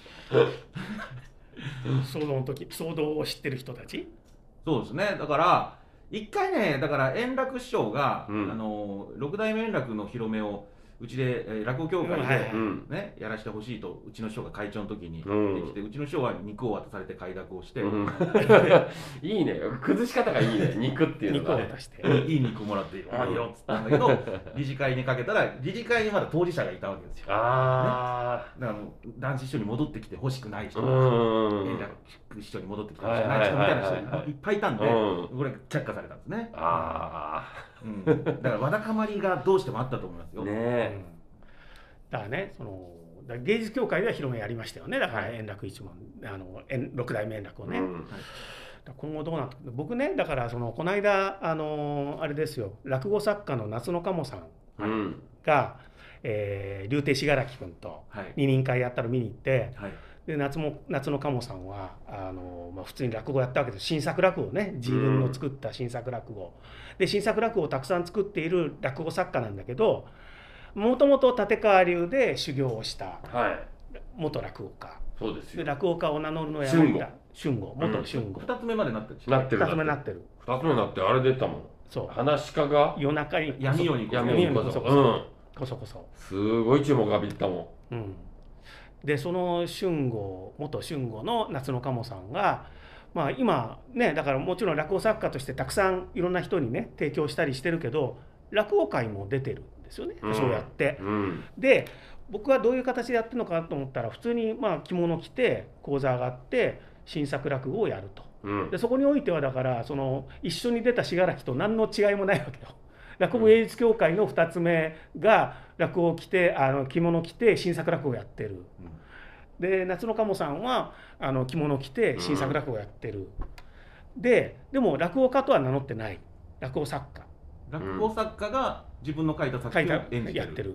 C: そう騒動の時騒動を知ってる人たち
A: そうですねだから一回ねだから円楽師匠が、
B: うん
A: あの六代目円楽の広めをうちで、えー落語協会で、
C: うんはい
B: うん。
A: ね、やらしてほしいとうちの師匠が会長の時にで
B: うん
A: きて、うちの師匠は肉を渡されて快諾をして、
B: うん いいね。崩し方がいいね。肉っていうの
C: 肉を
B: が。
C: 渡して
A: いい肉もらっていいよ
B: うん
A: いいよっつったんだけど理事会にかけたら理事会にまだ当事者がいたわけですよだか
B: あ
A: らもう男子師匠に戻ってきてほしくない
B: あ。
A: 人
B: う
A: 円
B: ん。
A: 楽師匠に戻ってきてほしくない人みたいな人がいっぱいいたんで
B: う
A: これ却下されたんですね、
B: あ
A: うん、だからわだかまりがどうしてもあったと思います
B: あ。
A: よ、
B: ね
C: う
B: え。
C: んだからねそのだから芸術協会では広めやりましたよねだから円楽一門あの円六代目円楽をね、
B: う
C: だか
B: ん
C: ら今後どうなってくる僕ねだからそのこの間あのあれですよ落語作家の夏野鴨さ
B: う
C: ん
B: ん。
C: が、えー、竜亭信楽君と
A: はい
C: 二人会やったの見に行って
A: はい
C: で夏も夏野鴨さんはあの、まあ、普通に落語やったわけです新作落語ね自分の作った新作落語、で新作落語をたくさん作っている落語作家なんだけどもともと立川流で修行をした
B: はい。
C: 元落語家
B: そうです
C: で
B: よ。
C: 落語家を名乗るのをやめた春吾
B: うん
C: 元春吾
A: 2つ目までなったでしょ
B: なってる。
C: 二つ目になってる
B: 二つ目になってあれ出たもん。
C: そう
B: 話し家が
C: 夜中に
A: 闇夜にこそ
B: 闇にこそ。
C: 闇
B: うん。
C: こそこそ、
B: すごい注目浴びたも
C: うん、でその春吾元春吾の夏の鴨さんがまあ今ねだからもちろん落語作家としてたくさんいろんな人にね提供したりしてるけど落語界も出てるんですよね、
B: うん
C: そうやって
B: ん。。うん。
C: で僕はどういう形でやってるのかなと思ったら普通にまあ着物着て講座上がって新作落語をやると。
B: うん
C: で。そこにおいてはだからその一緒に出た信楽と何の違いもないわけよ。落語芸術協会の2つ目が落語を着てあの着物を着て新作落語をやってる
A: うん
C: で夏の鴨さんはあの着物を着て新作落語をやってる、ででも落語家とは名乗ってない落語作家
A: 落語作家が自分の書いた作
C: 書い
A: 品
C: た
A: を演じて
C: やっ
A: る
C: てるっ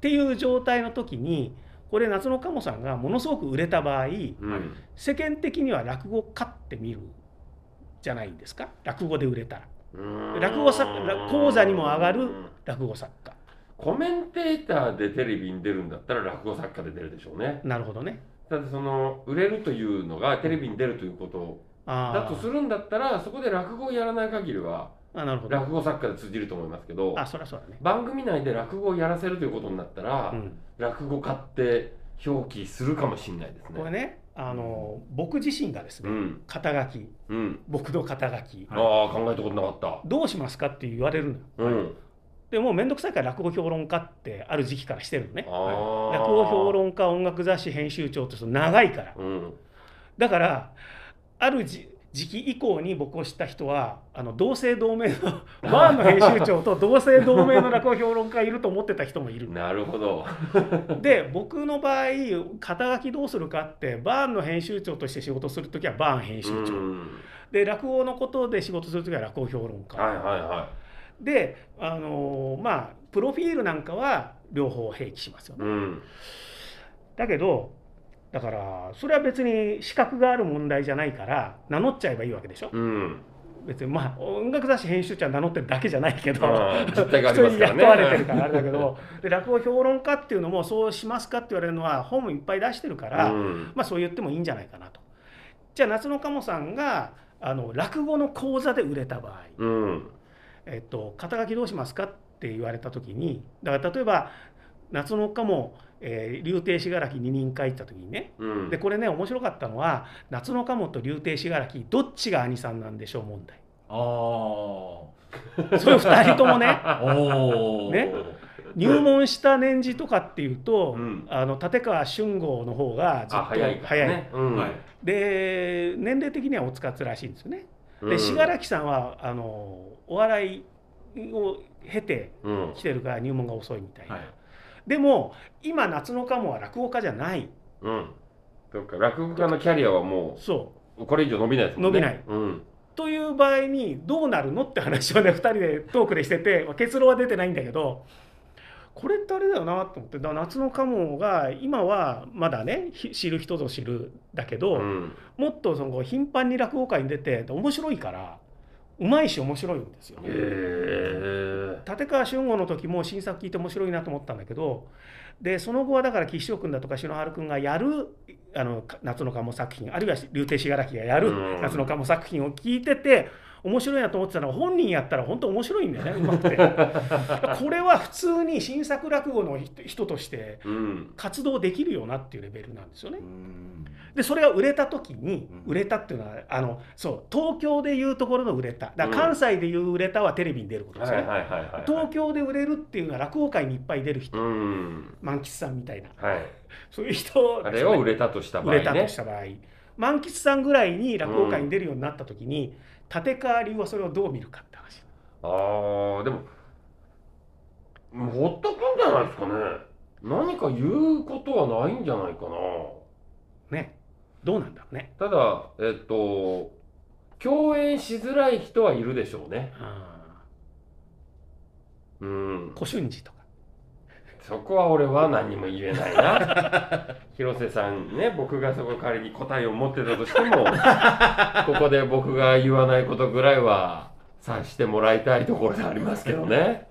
C: ていう状態の時にこれ夏の鴨さんがものすごく売れた場合
B: うん。
C: 世間的には落語家って見るじゃないんですか落語で売れたら。
B: うん
C: 落語作落講座にも上がる落語作家
B: コメンテーターでテレビに出るんだったら落語作家で出るでしょうね
C: なるほどね
B: だってその売れるというのがテレビに出るということ
C: あー
B: だとするんだったらそこで落語をやらない限りは
C: あなるほど
B: 落語作家で通じると思いますけど
C: あそりゃそうだね、
B: 番組内で落語をやらせるということになったら、
C: うん、
B: 落語家って表記するかもしれないですね。
C: これねあの僕自身がです
B: う
C: ね、
B: ん
C: 肩書き
B: うん、
C: 僕の肩書き、
B: ああ考えたことなかった。
C: どうしますかって言われるのよ
B: うん、
C: でもう面倒くさいから落語評論家ってある時期からしてるのね
B: ああ
C: 落語評論家音楽雑誌編集長ってその長いから
B: うん
C: だからあるじ時期以降に僕を知った人はあの同姓同名 のバーンの編集長と同姓同名の落語評論家いると思ってた人もいる
B: なるほど。
C: で僕の場合肩書きどうするかってバーンの編集長として仕事する時はバーン編集長、
B: うん
C: で落語のことで仕事する時は落語評論家、
B: はいはいは
C: であのーまあプロフィールなんかは両方併記しますよ
B: い。
C: ね
B: うん
C: だけどだからそれは別に資格がある問題じゃないから名乗っちゃえばいいわけでしょ
B: うん
C: 別にまあ音楽雑誌編集長は名乗ってるだけじゃないけど
B: うん実態があり
C: 人
B: ます
C: に
B: か
C: 雇われ
B: ら
C: て
B: ね
C: るからあれだけど で落語評論家っていうのもそうしますかって言われるのは本もいっぱい出してるから、
B: うん
C: まあそう言ってもいいんじゃないかなと。じゃあ夏の鴨さんがあの落語の講座で売れた場合、
B: うん
C: えっと、肩書きどうしますかって言われた時にだから例えば夏の鴨、えー、竜亭信楽二人会行った時にね
B: うん
C: でこれね面白かったのは夏の鴨と竜亭信楽どっちが兄さんなんでしょう問題。
A: ああお
C: そういう2人ともね
A: おー
C: ね入門した年次とかっていうと、
B: うん
C: あの立川俊吾の方がずっ
B: あ
C: と
B: 早いからねうん
A: はい
C: で年齢的にはおつかつらしいんですよね。で信楽さんはあのお笑いを経て
B: うん
C: 来てるから入門が遅いみたいな、
A: はい
C: でも今夏の鴨は落語家じゃない
B: うんそうか落語家のキャリアはも
C: そう
B: これ以上伸びないですもんね
C: 伸びない
B: うん
C: うという場合にどうなるのって話をね2人でトークでしててまあ結論は出てないんだけどこれってあれだよなと思ってだから夏の鴨が今はまだねひ知る人ぞ知るだけど、
B: うん
C: もっとその頻繁に落語界に出て面白いからうまいし面白いんですよ。
B: へえ
C: 立川俊吾の時も新作聞いて面白いなと思ったんだけどでその後はだから岸尾君だとか篠原君がやるあのか夏の鴨作品あるいは竜亭信楽がやる
B: うん
C: 夏の鴨作品を聞いてて面白いなと思ってたのが本人やったら本当面白いんだよねう まくてこれは普通に新作落語の人人として
B: うん
C: 活動できるよなっていうレベルなんですよね
A: う。ん
C: でそれが売れた時に
A: うん
C: 売れたっていうのはあのそう東京でいうところの売れた
B: う
C: だから
B: ん
C: 関西でいう売れたはテレビに出ること
B: は
C: です
B: い
C: よね。
B: はいはいはいはい
C: 東京で売れるっていうのは落語界にいっぱい出る人、
B: うん
C: 満喫さんみたいな
B: はい
C: そういう人
B: あ
C: です
B: れ
C: よ
B: を
C: ね
B: 売れたとした場
C: 売
B: 合
C: れたと
B: ね
C: した場合満喫さんぐらいに落語界に出るようになった時に、立川流はそれをどう見るかって話
B: あーでももうほっとくんじゃないですかね何か言うことはないんじゃないかな
C: ねどうなんだろうね
B: ただえっと共演しづらい人はいるでしょうねうん
C: 古春寺とか
B: そこは俺は何も言えないな 広瀬さんね僕がそこ仮に答えを持ってたとして もここで僕が言わないことぐらいは察してもらいたいところでありますけどね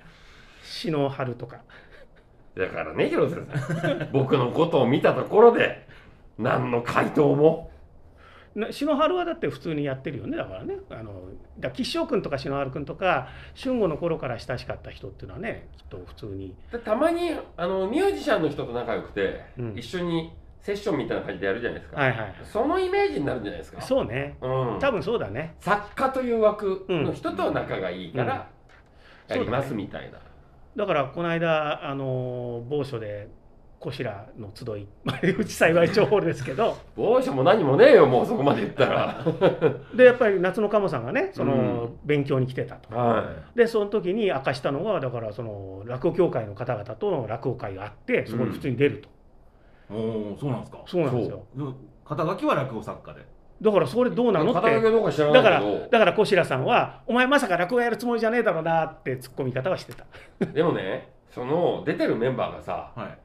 C: 篠原とか
B: だからね、広瀬さん、僕のことを見たところで、何の回答も。
C: な篠原はだって普通にやってるよねだからねあのだから岸尾君とか篠原君とか春吾の頃から親しかった人っていうのはねきっと普通に
B: でたまにあのミュージシャンの人と仲良くて、
C: うん
B: 一緒にセッションみたいな感じでやるじゃないですか。
C: はいはいはい
B: そのイメージになるんじゃないですか。
C: そうね
B: う。ん、
C: 多分そうだね
B: 作家という枠の人と仲がいいから、
C: うん
B: やりますみたいな。
C: だからこの間あの某所でこしらの集いまあうち幸い町ホールですけ ど
B: 某所も何もねえよ、もうそこまで言った ら。
C: でやっぱり夏の鴨さんがねその、
B: う
C: 勉強に来てたと。
B: は
C: でその時に明かしたのがだからその落語協会の方々との落語会があってそこに普通に出ると、
A: おおそうなんですか
C: そうなんですよ
A: でも肩書きは落語作家で
C: だからそれ
B: い。
C: どうなのっ
B: 肩書き
C: て
B: はどうか知ら
C: だ
B: な
C: か
B: い
C: ら
B: けど。
C: だからこしらさんは「お前まさか落語やるつもりじゃねえだろうな」ってツッコみ方はしてた
B: でもね、その出てるメンバーがさ、
A: はい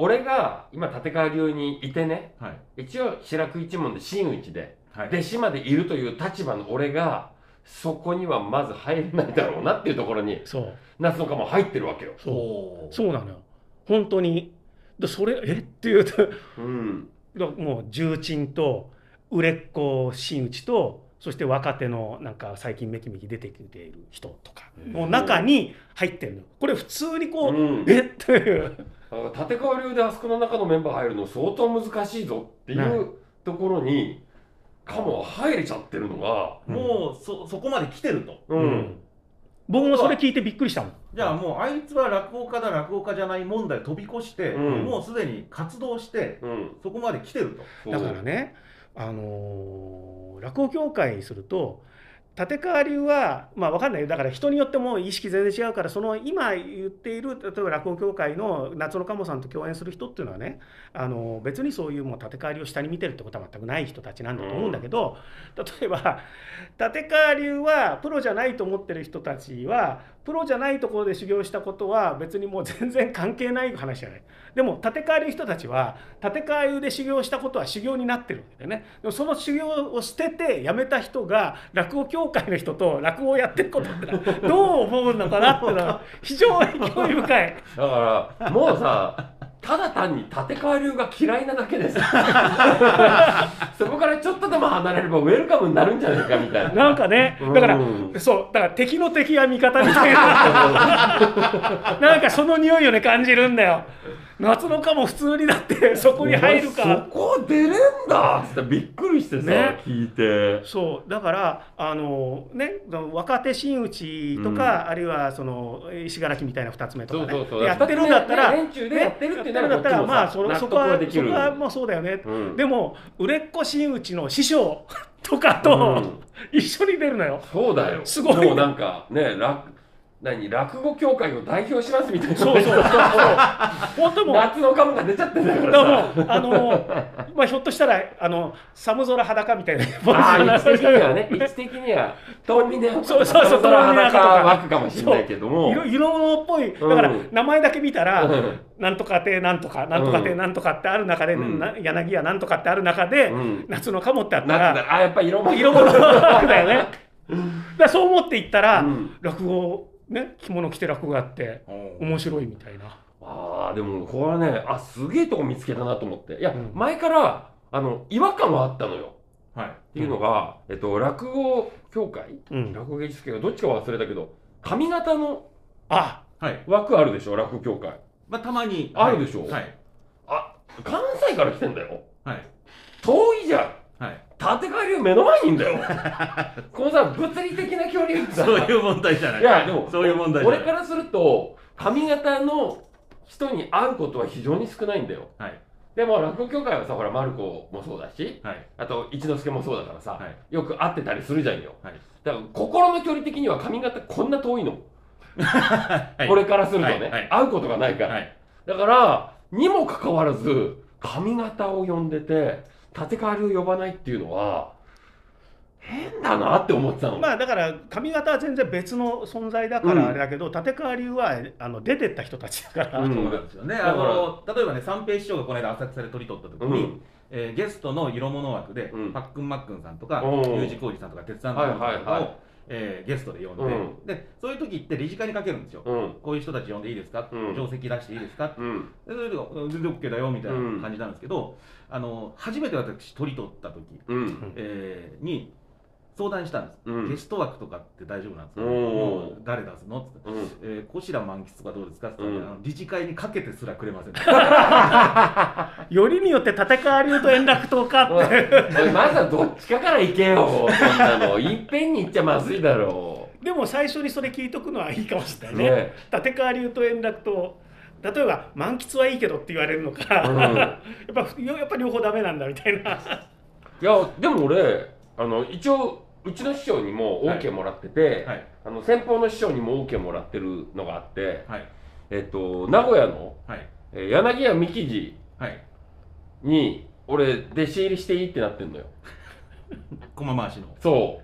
B: 俺が今立川流にいてね
A: はい
B: 一応白く一門で真打ちで
A: はい
B: 弟子までいるという立場の俺がそこにはまず入れないだろうなっていうところに
C: そう
B: 夏のも入ってるわけよ、
A: お
C: そう
A: ー
C: そうなのよ本当にでそれえっていうと
B: うん、
C: だからもう重鎮と売れっ子真打ちとそして若手のなんか最近めきめき出てきている人とかの中に入ってるのこれ普通にこう、
B: うん、
C: えっていう
B: あ立川流であそこの中のメンバー入るの相当難しいぞってい
C: ね
B: うところにカモは入れちゃってるのが
A: もうそそこまで来てると
B: うん、
C: 僕もそれ聞いてびっくりしたもん
A: じゃあもうあいつは落語家だ落語家じゃない問題飛び越して、
B: うん
A: もうすでに活動して
B: うん
A: そこまで来てると
B: そう
C: だからね、あのー落語協会にすると立川流はまあ分かんないよだから人によっても意識全然違うからその今言っている例えば落語協会の夏の鴨さんと共演する人っていうのはね、あのー別にそういうもう立川流を下に見てるってことは全くない人たちなんだと思うんだけど、例えば立川流はプロじゃないと思ってる人たちはプロじゃないところで修行したことは別にもう全然関係ない話じゃないでも立川流人たちは立川流で修行したことは修行になってるわけでねでもその修行を捨てて辞めた人が落語協会の人と落語をやってることっての はどう思うのかなっていうのは非常に興味深い
B: だからもうさ ただ単に立川流が嫌いなだけです そこからちょっとでも離れればウェルカムになるんじゃないかみたいな
C: なんかねだから、
B: うん
C: そうだから敵の敵は味方みたいな。 なんかその匂いをね感じるんだよ。夏の蚊も普通にだってそこに入る
B: お前そ
C: か。
B: こ出れんだっつってびっくりしてさ、
C: ね
B: 聞いて
C: そうだからあのね若手真打ちとか、あるいはその石垣みたいな二つ目とかねやってるんだったら。
B: 連中でやってるってな
C: や
B: らこっち
C: ってるんだったら
B: も
C: まあ
B: さ
C: その
B: 納
C: そ
B: 得
C: こは
B: はでき
C: そ
B: る
C: こはもうそうだよね、
B: うん
C: でも売れっ子真打ちの師匠 とかと
B: うん
C: 一緒に出るのよ、
B: そうだよ
C: すごいね
B: もうなんかね落何落語協会を代表しますみたいな
C: そうそうそう本当も う
B: 夏のカムが出ちゃってんだから
C: だ
B: さ
C: からもうあのまあひょっとしたらあの寒空裸みたいなポ
B: ああ、位置
C: ー
B: 的
C: ズ
B: にはね、位置的には、遠見ね、
C: そうそうそう
B: 空
C: 遠見ねと
B: 裸
C: か
B: 枠かもしれないけども、
C: 色色物っぽいだから
B: うん
C: 名前だけ見たら、
B: うん
C: なんとかてなんとかなんとかて
B: うん
C: なんとかってある中で、
B: うん
C: な柳やなんとかってある中で、
B: うん
C: 夏のかもってあった
B: なん
C: ら
B: だ、あやっぱ色も
C: 色物だよ ねだからそう思っていったら、
B: うん
C: 落語ね着物着て落語やって面白いみたいな
B: ああ、でも、これはね、あ、すげえとこ見つけたなと思って。いや、
C: うん
B: 前から、あの、違和感はあったのよ。
A: はい
B: っていうのが、えっと、落語協会
C: うん
B: 落語芸術協会どっちかは忘れたけど、髪型の
C: あ
A: はい
B: 枠あるでしょ、落語協会。
A: まあたまに
B: あるでしょ
A: はい
B: あ、関西から来てんだよ。
A: はい
B: 遠いじゃん。
A: はい
B: 立川流目の前にいんだよ。 このさ、物理的な距離さ
A: そういう問題じゃない
B: いや、でも、
A: そういう問題じゃ
B: 俺
A: ない
B: からすると、髪型の人に会うことは非常に少ないんだよ。
A: はい
B: でも、落語協会はさ、ほら、マルコもそうだし、
A: はい
B: あと、一之輔もそうだからさ、
A: はい
B: よく会ってたりするじゃんよ。
A: はい
B: だから、心の距離的には髪型こんな遠いの。
A: はい
B: 俺からするとね、
A: はいはい
B: 会うことがないから。
A: はい
B: だから、にもかかわらず、髪型を呼んでて、立川流呼ばないっていうのは、変だなって思ってたの。
C: まあだから髪型は全然別の存在だか
B: うん
C: らあれだけど、立川流はあの出てった人たちだから、
B: うん
A: そうなんですよね、
B: だから
A: あの例えばね三平師匠がこの間浅草で取り取った時
B: う
A: に、
B: ん。
A: えーゲストの色物枠で、
B: うん
A: パックンマックンさんとか
B: おー
A: U 字工事さんとか鉄腕さんとかを、
B: はいはいはい
A: えーゲストで呼んで,、
B: うん
A: でそういう時って理事会にかけるんですよ、
B: うん。
A: こういう人たち呼んでいいですか、
B: うん
A: 定石出していいですか、
B: うん。
A: でそれでうん全然 OK だよみたいな感じなんですけど、あの初めて私取り取った時、
B: うん。
A: えーに相談したんです、
B: うん
A: ゲスト枠とかって大丈夫なんですか、
B: おー
A: もう誰出すのって言って
B: うん。
A: えー、こしら満喫とかどうですかって言ったら、
B: うん
A: あの理事会にかけてすらくれません
C: よりによって立川流と円楽とか
B: おい
C: って
B: おいまずはどっちかから行けよ、そんなの。いっぺんに行っちゃまずいだろ
C: でも最初にそれ聞いとくのはいいかもしれ
B: う。
C: ないね立川流と円楽と例えば満喫はいいけどって言われるのか、
B: うん
C: やっぱやっぱ両方ダメなんだみたいない
B: や、でも俺、あの、一応、うちの師匠にも
A: はい
B: OK もらってて、
A: はい
B: あの先方の師匠にも OK もらってるのがあって、
A: はい
B: えっと、名古屋の、
A: はい
B: えー柳家幹事
A: はい
B: に、俺、弟子入りしていいってなってんのよ。
A: 駒回しの
B: そ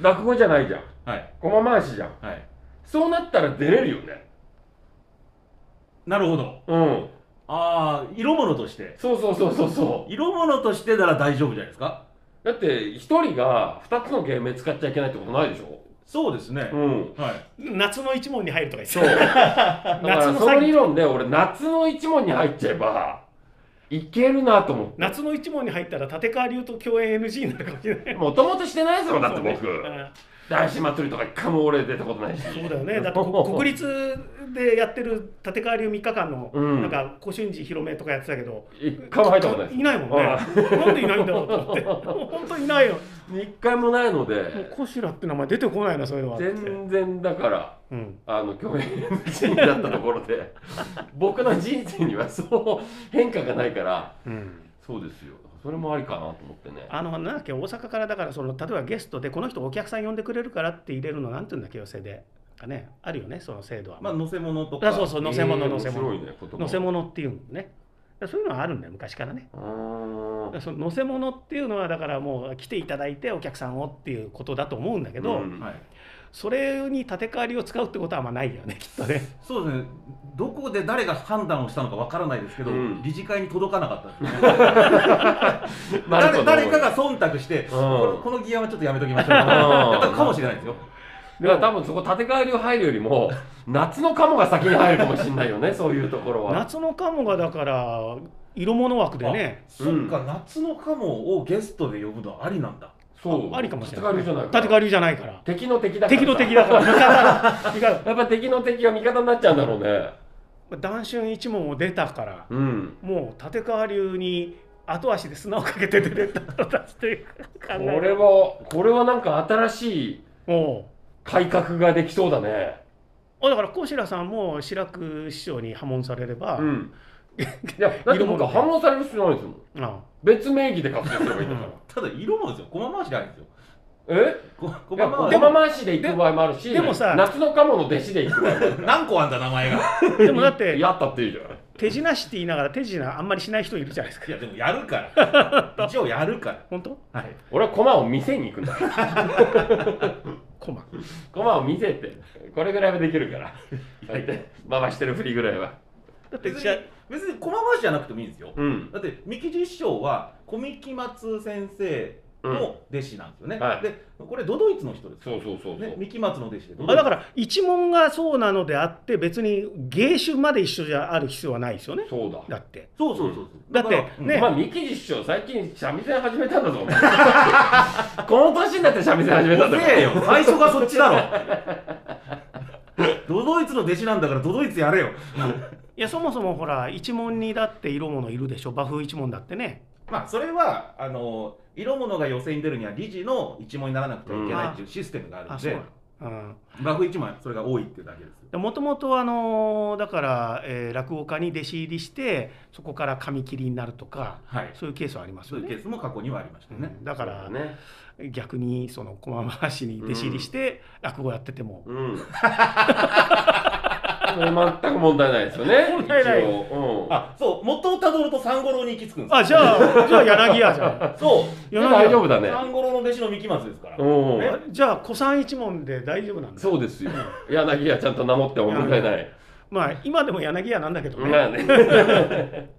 B: う。落語じゃないじゃん。
A: はい
B: 駒回しじゃん。
A: はい
B: そうなったら出れるよね。
A: なるほど
B: うん。
A: ああ色物として
B: そうそうそうそうそう。
A: 色物としてなら大丈夫じゃないですか
B: だって一人が二つの芸名使っちゃいけないってことないでしょ
A: そうですね、
B: うん
A: はい
C: 夏の一門に入るとか言って
B: そう だから
C: 夏の
B: その理
C: 詐欺
B: 論で俺夏の一問に入っちゃえばいけるなと思って
C: 夏の一門に入ったら立川流と共演 NG になるかもしれない
B: もともとしてないですもんだって
C: そ
B: 僕
C: うね
B: 男子祭りとか一回も俺出たことないし
C: うんそうだよねだって こ国立でやってる立川流3日間の、
B: うん
C: なんか古春寺広めとかやってたけど
B: 一回も入ったことないで
C: いないもんね なんでいないんだろうと思 って本当いないよ
B: す一回もないの
C: もう
B: で
C: コシラって名前出てこないなそういうのはって、
B: 全然だから
C: うん、
B: あの共演 NG になったところで僕の人生にはそう変化がないからそうですよそれもありかなと思ってね
C: あのなんだっけ大阪からだからその例えばゲストでこの人お客さん呼んでくれるからって入れるのなんていうんだっけ寄せでなんかねあるよねその制度は、
A: まあ乗せ物とか
C: あそうそう乗せ物
B: えー
C: 乗せ物
B: 面白いね言葉
C: 乗せ物っていうのねそういうのはあるんだよ昔からね
B: うーん
C: その乗せ物っていうのはだからもう来ていただいてお客さんをっていうことだと思うんだけど、
B: うん
A: はい
C: それに立て替わりを使うってことはまあないよねきっとね。
A: そうですね、どこで誰が判断をしたのかわからないですけど、
B: うん
A: 理事会に届かなかったですね
B: なるほ
A: 誰
B: ど
A: 誰かが忖度して、このこの議案はちょっとやめときましょうやったかもしれないですよ。
B: だから多分そこ立て替え料入るよりも夏のカモが先に入るかもしれないよねそういうところは
C: 夏のカモがだから色物枠でね
A: あそっか、夏のカモをゲストで呼ぶのはありなんだ。
B: そう
C: ありかもしれ
B: 立て替
C: な
B: え料じゃない
C: い、ね、立て替わりじゃないから
B: 敵の敵だから
C: 敵
B: さ
C: の敵だから味方味方
B: やっぱ敵の敵が味方になっちゃうんだろうね
C: 男春一門を出たから
B: うん
C: もう立川流に後足で砂をかけて出てった形という考
B: こ
C: え
B: れはこれはなんか新しい
C: も
B: 改革ができそうだね
C: うあだから小白さんも白く師匠に破門されれば、
B: うんいやだって僕は反応される必要ないですもん
C: あ別
B: 別名義で活動すればいいん だから
A: ただ色もですよ、駒回しがあるんですよ。
B: え
A: こ
B: い
A: 駒
B: や
A: 回
B: 小
A: し
B: 浜回しで行く場合もあるし
C: でもさ
B: 夏のカモの弟子で行く場合もある
A: 何個あんだ、名前 が。
C: でもだって
B: やったっていいじゃない
C: 手品師って言いながら手品あんまりしない人いるじゃないですか
A: いや、でもやるから。一応やるから。
C: 本当
A: はい、
B: 俺は駒を見せに行くんだから
C: コマ
B: 駒を見せてこれぐらいはできる から
A: や
B: 大体回してるふりぐらいは
C: だって
A: 別
C: じゃ
A: に、別に駒回しじゃなくてもいいんですよ。
B: うん
A: だって、三木師匠は、小三木松先生の弟子なんですよね。
B: うんはい
A: で、これ、都々逸の人ですよ。
B: そうそうそうそう、
A: ね、三木松の弟子で。
C: あだから一門がそうなのであって別に芸種まで一緒じゃある必要はないですよね
B: そうだ
C: だって
A: そうそうそうそう。
C: だって
A: から
C: ね
B: お前、三木師匠、最近、三味線始めたんだぞ、お前この年になって三味線始めたんだ
A: 遅えよ最初がそっちだろ ドドイツの弟子なんだからドドイツやれよ
C: いやそもそもほら一門にだって色物いるでしょ馬風一門だってね
A: まあそれはあの色物が予選に出るには理事の一問にならなくてはいけないっていうシステムがある
C: あ
A: ん
C: そう
A: で、
C: なの
A: バフ一問はそれが多いっていうだけです
C: うんもともとあのーだから、えー落語家に弟子入りしてそこから紙切りになるとか
A: はい
C: そういうケースはあります
A: そ
C: よ
A: ういうケ
C: ね。
A: ースも過去にはありましたよ
C: う
A: ね、
C: んだ
B: か
C: から
B: ね。
C: 逆にその駒回しに弟子入りして落語やってても、
B: うん。 全く問題ないですよね。
C: 問題ない
B: 一応。うん。
A: あそう元をたどると三五郎に行き着くんです
C: あじゃあじゃあ柳家じゃん
A: あそう
B: で大丈夫だね。
A: 三五郎の弟子の三木松ですから、
B: うん。
A: ね
C: じゃあ古参一門で大丈夫なんだ
B: そうですよ。柳家ちゃんと名乗っても問題ない。
C: まあ今でも柳家なんだけどね、
B: まあね。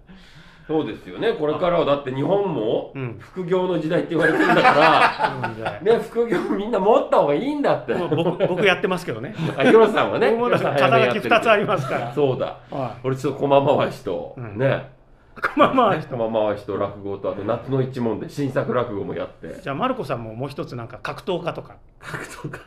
B: そうですよね。これからはだって日本も
C: うん
B: 副業の時代って言われてるんだか
C: うんじゃ
B: ら、ね、副業みんな持った方がいいんだって
C: あ。もう僕僕やってますけどね
B: あ、ヒロさんはね。
C: 僕もだから肩書き2つありますから
B: そうだ。
C: は
B: 俺ちょっと駒回しと、
C: うん
B: ね。
C: い駒回し
B: 駒回しと落語とあと夏の一問で新作落語もやって。
C: じゃあマルコさんももう一つなんか格闘家とか
A: 格闘家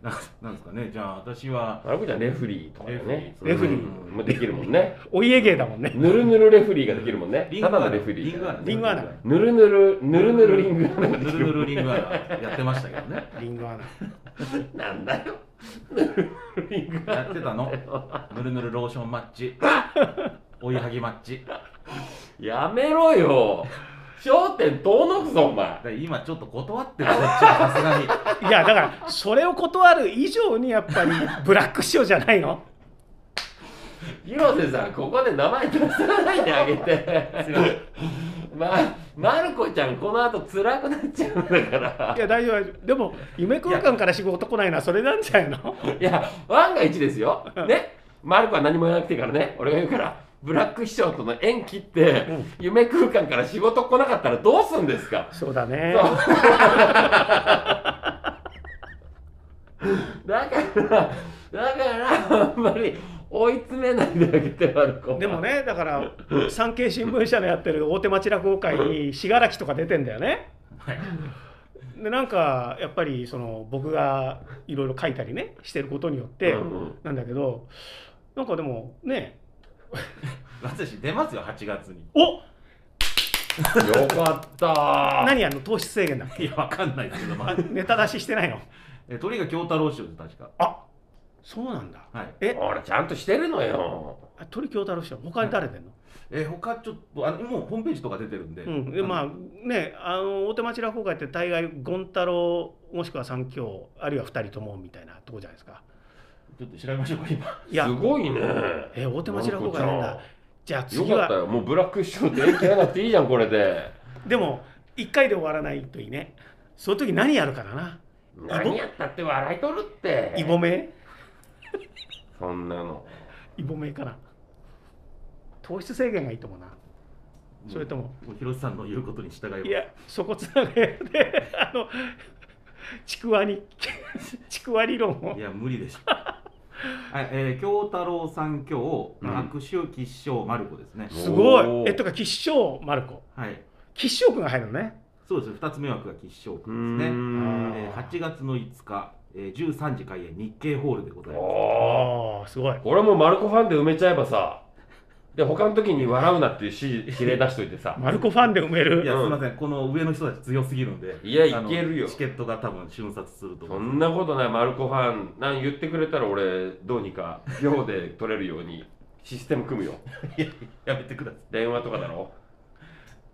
A: なんなんですかねじゃあ私は
B: あれじゃんレフリーとかね。
A: レ
C: フリー
B: うんもできるもんね。
C: お家芸だもんね
B: ぬるぬるレフリーができるもんね。
A: リング
B: た
A: アナ
B: だのレフリーじゃない。
C: リングアナ
B: ぬるぬる、ぬるぬるリングアナがで
A: ぬ
B: き
A: るぬ
B: る。
A: るリングアナやってましたけどね
C: リンゴアナ
B: なんだよ。ぬるぬるリングアナ。
A: やってたのぬるぬるローションマッチ追いはぎマッチだか
B: やめろよ。焦点遠のくぞ、お前。
A: ら今ちょっと断ってるこっちはさすがに
C: いやだからそれを断る以上にやっぱりブラック師匠じゃないの
B: 広瀬さん、ここで名前出さないであげて。まあ、まる子ちゃん、この後辛くなっちゃうんだから
C: い。や大丈夫でも夢空間から仕事来ないのはそれなんじゃないの
B: いや、万が一ですよ。ね。マルコは何も言わなくていいからね。俺が言うから。ブラック師匠との縁切って、
C: うん
B: 夢空間から仕事来なかったらどうすんですか
C: そうだね
B: だから、だから、あんまり追い詰めないであげて、マルコ。
C: でも。ねだから産経新聞社のやってる大手町落語会に信楽とか出てんだよね
A: はい
C: でなんかやっぱりその僕がいろいろ書いたりねしてることによって
B: うんうん
C: なんだけどなんかでもね
A: 私出ますよ8月に
C: お
B: よかった。
C: 何あの糖質制限だっけ
A: いやわかんないですけどま
C: あ
A: あ
C: ネタ出ししてないの
A: え鳥が京太郎師匠です確か
C: あそうなんだ
A: はい
C: え
B: 俺、ちゃんとしてるのよ。
C: あ鳥京太郎師匠他に誰出んの、
A: え他ちょっとあのもうホームページとか出てるんで、
C: うん、で
A: あ
C: まあねあの大手町落語会って大概権太郎もしくは三協あるいは二人ともみたいなとこじゃないですか
A: ちょっと調べましょうか今
C: いや
B: すごいね。
C: え大手町落語会なんだじゃあ
B: よ
C: 次
B: かった
C: は
B: よ。もうブラック師匠と縁切らなくていいじゃん、これで。
C: でも一回で終わらないといいねそういう時何やるかだな
B: 何やったって笑いとるって
C: イボメ
B: そんなの
C: イボメかな糖質制限がいいと思うなそれとも
A: う広瀬さんの言うことに従います
C: いやそこつながりで あのちくわに ちくわ理論を
A: いや無理でしょはい、えー、京太郎さん今日
B: うん
A: 握手吉祥丸子ですね、
C: すご
B: お
C: い
B: ー
C: えっとか吉祥丸子
A: はい
C: 吉祥君が入るのね
A: そうです2つ目枠が吉祥
B: うー
A: 君ですね、
B: ん
A: えー、8月の5日、えー、13時開演日経ホールでございます
B: おー
C: ああすごい
B: 俺もマルコファンで埋めちゃえばさで他の時に笑うなっていう指示令出しといてさ
C: マルコファンで埋め
A: い
C: る
A: や
B: うん
A: すいませんこの上の人たち強すぎるんで
B: いや
A: あの
B: いけるよ
A: チケットが多分瞬殺すると
B: そ
A: 思うん
B: なことないマルコファンなん言ってくれたら俺どうにか秒で取れるようにシステム組むよ
A: やめてください、
B: 電話とかだろ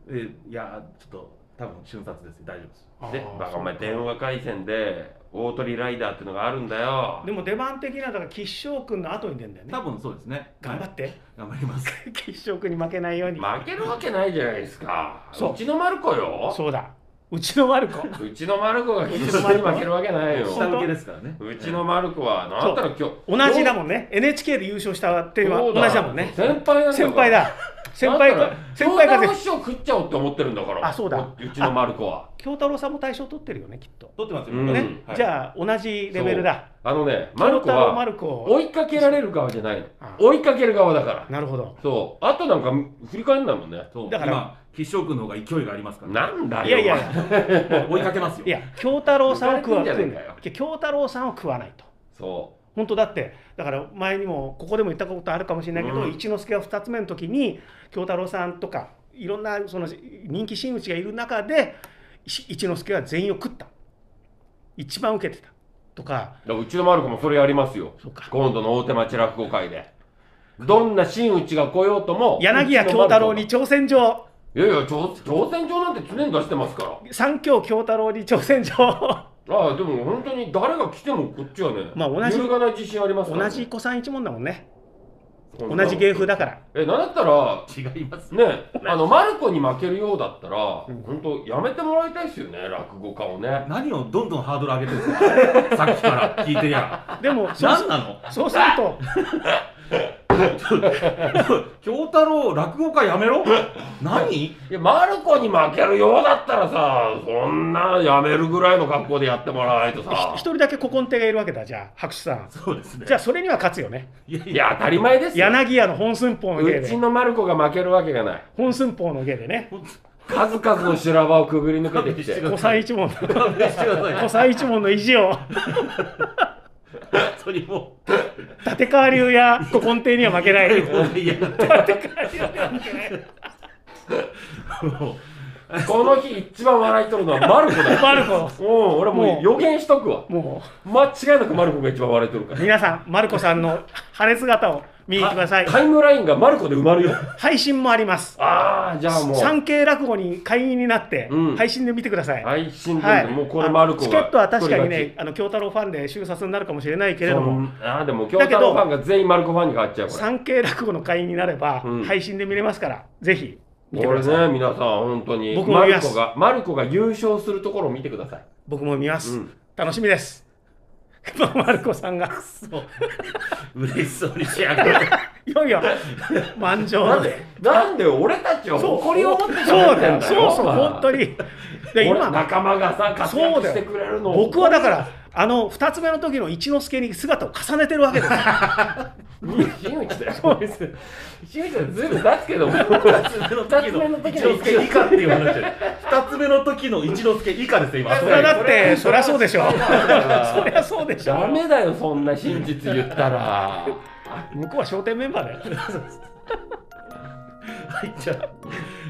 A: えーいやちょっと多分瞬殺です大丈夫です
B: で
C: あー
B: バカお前電話回線で大鳥ライダーってのがあるんだよ
C: でも出番的なだから吉祥君の後に出るんだよね
A: 多分そうですね
C: 頑張
A: はい
C: って
A: 頑張ります
C: 吉祥君に負けないように
B: 負けるわけないじゃないですか
C: そう
B: ちのマルコよ
C: そうだうちのマルコ
B: うちのマルコが
C: うち
B: 吉祥
C: のマル
B: に
C: コ
B: 負けるわけないよ
A: 下請けですからね
B: うちのマルコはなんだろう今
C: 同じだ
B: ん
C: もんね NHK で優勝したっていうのは同じだもんね
B: 先輩なんだ
C: 先輩だ先輩
B: だ
C: か
B: から
C: 先
B: 京
C: 輩
B: 太
C: 風
B: 郎師匠食っちゃおうって思ってるんだから
C: あそうだ
B: うちのマルコは
C: 京太郎さんも大賞取ってるよねきっと
A: 撮ってますよ、
B: うん
C: ね、
A: はい
C: じゃあ同じレベルだ
B: あのねマ
C: 京
B: ルコ
C: 太郎
B: は
C: マルコ
B: 追いかけられる側じゃないの
C: あ
B: 追いかける側だから
C: なるほど
B: そうあとなんか振り返んないもんね
A: そう
C: だから
A: 今吉祥君の方が勢いがありますから、
B: なんだよ
C: いやいや
B: お前
A: もう追いかけ ますよ
C: いや京太郎さんを食わ
B: 抜かれてんじゃねえかよ
C: いや京太郎さんを食わないと
B: そ
C: 本当だってだから前にもここでも言ったことあるかもしれないけど、
B: うん
C: 一之輔が2つ目の時に京太郎さんとかいろんなその人気真打ちがいる中でし一之輔は全員を食った一番受けてたとか
B: うだからうちのマルコもそれやりますよ
C: そうか
B: 今度の大手町落語会でどんな真打ちが来ようとも
C: 柳家
B: うち
C: 京
B: のマルコ
C: 太郎に挑戦状
B: いやいや挑挑戦状なんて常に出してますから
C: 三京京太郎に挑戦状
B: ああでも本当に誰が来てもこっちはね、
C: まあ同じ
B: 揺るがない自信ありますから
C: 同
B: ね、
C: じ子さん一門だもんね
B: そん
C: 同
B: なの
C: じ芸風だから
B: えなんだったら
A: 違います
B: ねあのマルコに負けるようだったら、
C: うん
B: 本当やめてもらいたいですよね落語家をね
A: 何をどんどんハードル上げてるんですか さっきから聞いてりゃ
C: でもそう
A: 何なの
C: そうすると
A: 京太郎落語家やめ ろ何
B: いやマルコに負けるようだったらさそんなやめるぐらいの格好でやってもらわないとさ
C: 一人だけ古今亭がいるわけだじゃあ白手さん
A: そうですね
C: じゃあそれには勝つよね
A: いや
B: い
A: いや
B: や当たり前ですよ
C: 柳家の本寸法の芸
B: う
C: で
B: ちのマルコが負けるわけがない
C: 本寸法の芸でね
B: 数々の修羅場をくぐり抜けて きて
A: 勘
C: 古参一門
A: 勘弁してください
C: 古参一門の意地を
A: 本当にも
C: 立川流や古今亭には負けな
A: う
C: い立
A: もういや
C: 川流には負けない
A: も
B: この日一番笑いとるのはマルコだ よ
C: マルコ
B: うん俺も
C: も
B: う
C: う
B: 予言しとくわ
C: も
B: 間違いなくマルコが一番笑いとるか
C: う
B: ら
C: 皆さんマルコさんの晴れ姿を見に行ってください
B: タイムラインがマルコで埋まるよ
C: 配信もあります
B: ああじゃあもう
C: 産経落語に会員になって
B: うん
C: 配信で見てください、
B: 配信で、
C: はい、
B: もうこれマルコが
C: チケットは確か
B: 一
C: に
B: 人
C: ね、あの京太郎ファンで収札になるかもしれないけれど
B: 勝ちそん
C: も、
B: ああでも京太郎ファンが全員マルコファンに変わっちゃうこれ
C: 産経落語の会員になれば
B: うん、
C: 配信で見れますから、ぜひ見て
B: こ
C: く
B: れ
C: ださい。
B: ね皆さん本当に
C: 僕も
B: マ
C: 見
B: ル
C: ま
B: コ
C: す
B: がマルコが優勝するところを見てください、
C: 僕も見ます、
B: うん、
C: 楽しみです。 マルコさんが、
A: うそう嬉しそうにしやがって
C: いよいよ、満場
B: なん
C: の
B: でなんで俺たちを
C: そう
B: 誇りを持ってし
C: そ
B: まっ
C: う
B: てん
C: だ
B: だ
C: よ、
B: よ
C: そうそう、本当に。で、
B: 俺
C: 今、
B: 仲間がさ活躍してくれるのを
C: 僕はだから、あの2つ目の時の一之輔に姿を重ねてるわけです。
B: 新内だよそうです新内はずいぶん出すけども
A: 二つ目の時の一之輔以下っていう話で二つ目の時の一之輔以下ですよ今
C: それはだっ
B: これ
C: て、そりゃそうでしょ。そりゃそうでしょ。
B: ダメだよそんな真実言ったら
C: 向こうは笑点メンバーだよ。
A: はいじゃあ、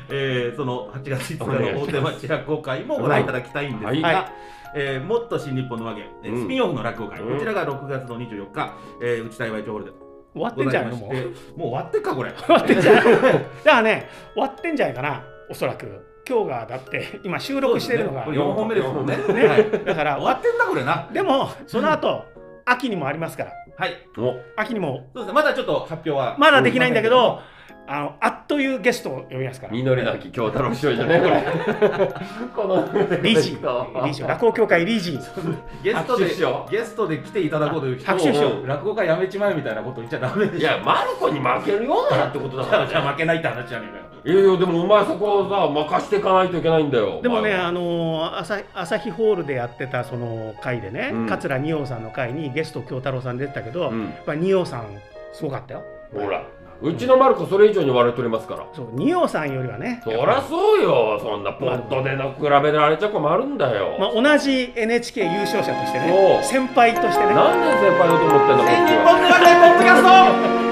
A: えーその8月5日の大手町落語会もご覧いただきたいんですが、
B: はい
C: はい
A: えーもっと新日本の和芸、えー
B: うん
A: スピンオフの落語会、
B: うん
A: こちらが6月の24日、えー、内幸町ホールで
C: 終わって
A: ご
C: んじ
A: ざ
C: ゃ
A: い
C: ない
A: ま
C: の
A: して
C: も
A: も
C: う。
A: う 終わってっかこれ
C: 終わってんじゃないだからね終わってんじゃないかなおそらく今日がだって今収録してるのが、
A: これ4本目ですもんね
C: ね
A: はい終
C: だから終
A: わ
C: わ
A: ってんだこれな
C: っでもその後、秋にもありますから
A: はい
B: お
C: 秋にも
A: そうですねまだちょっと発表は
C: まだできないんだけど、あのあっというゲストを呼びますから
B: 実りなき京太郎師匠じゃねこれこの
C: 理事
B: 理
C: 理事落語協会理事
A: ゲストで
B: 拍手しよう
A: ゲストで来ていただこうという人
C: 拍手しよ
B: う
A: 落語家やめちまえみたいなこと言っちゃダメで
B: い
A: しょ
B: やマルコに負けるようならってことだ
A: じ
B: か
A: ゃ
B: ら
A: あ じゃあ負けないって話じゃねえかよ
B: いやいやでもお前そこをさ任していかないといけないんだよ
C: でもね、
B: お前は
C: あのー朝朝日ホールでやってたその会でね、
B: うん
C: 桂二葉さんの会にゲスト京太郎さん出てたけど、
B: う
C: や
B: ん
C: っぱ二葉さんすごかったよ。
B: ほらうちのマルコそれ以上に笑いとりますから
C: そう二葉さんよりはね、
B: そりゃそうよそんなポットでの比べられちゃ困るんだよ、
C: まあ、同じ NHK 優勝者として
B: お
C: ね
B: う
C: 先輩としてね
B: 何年先輩だと思ってんだこっちは
A: ポッドキャスト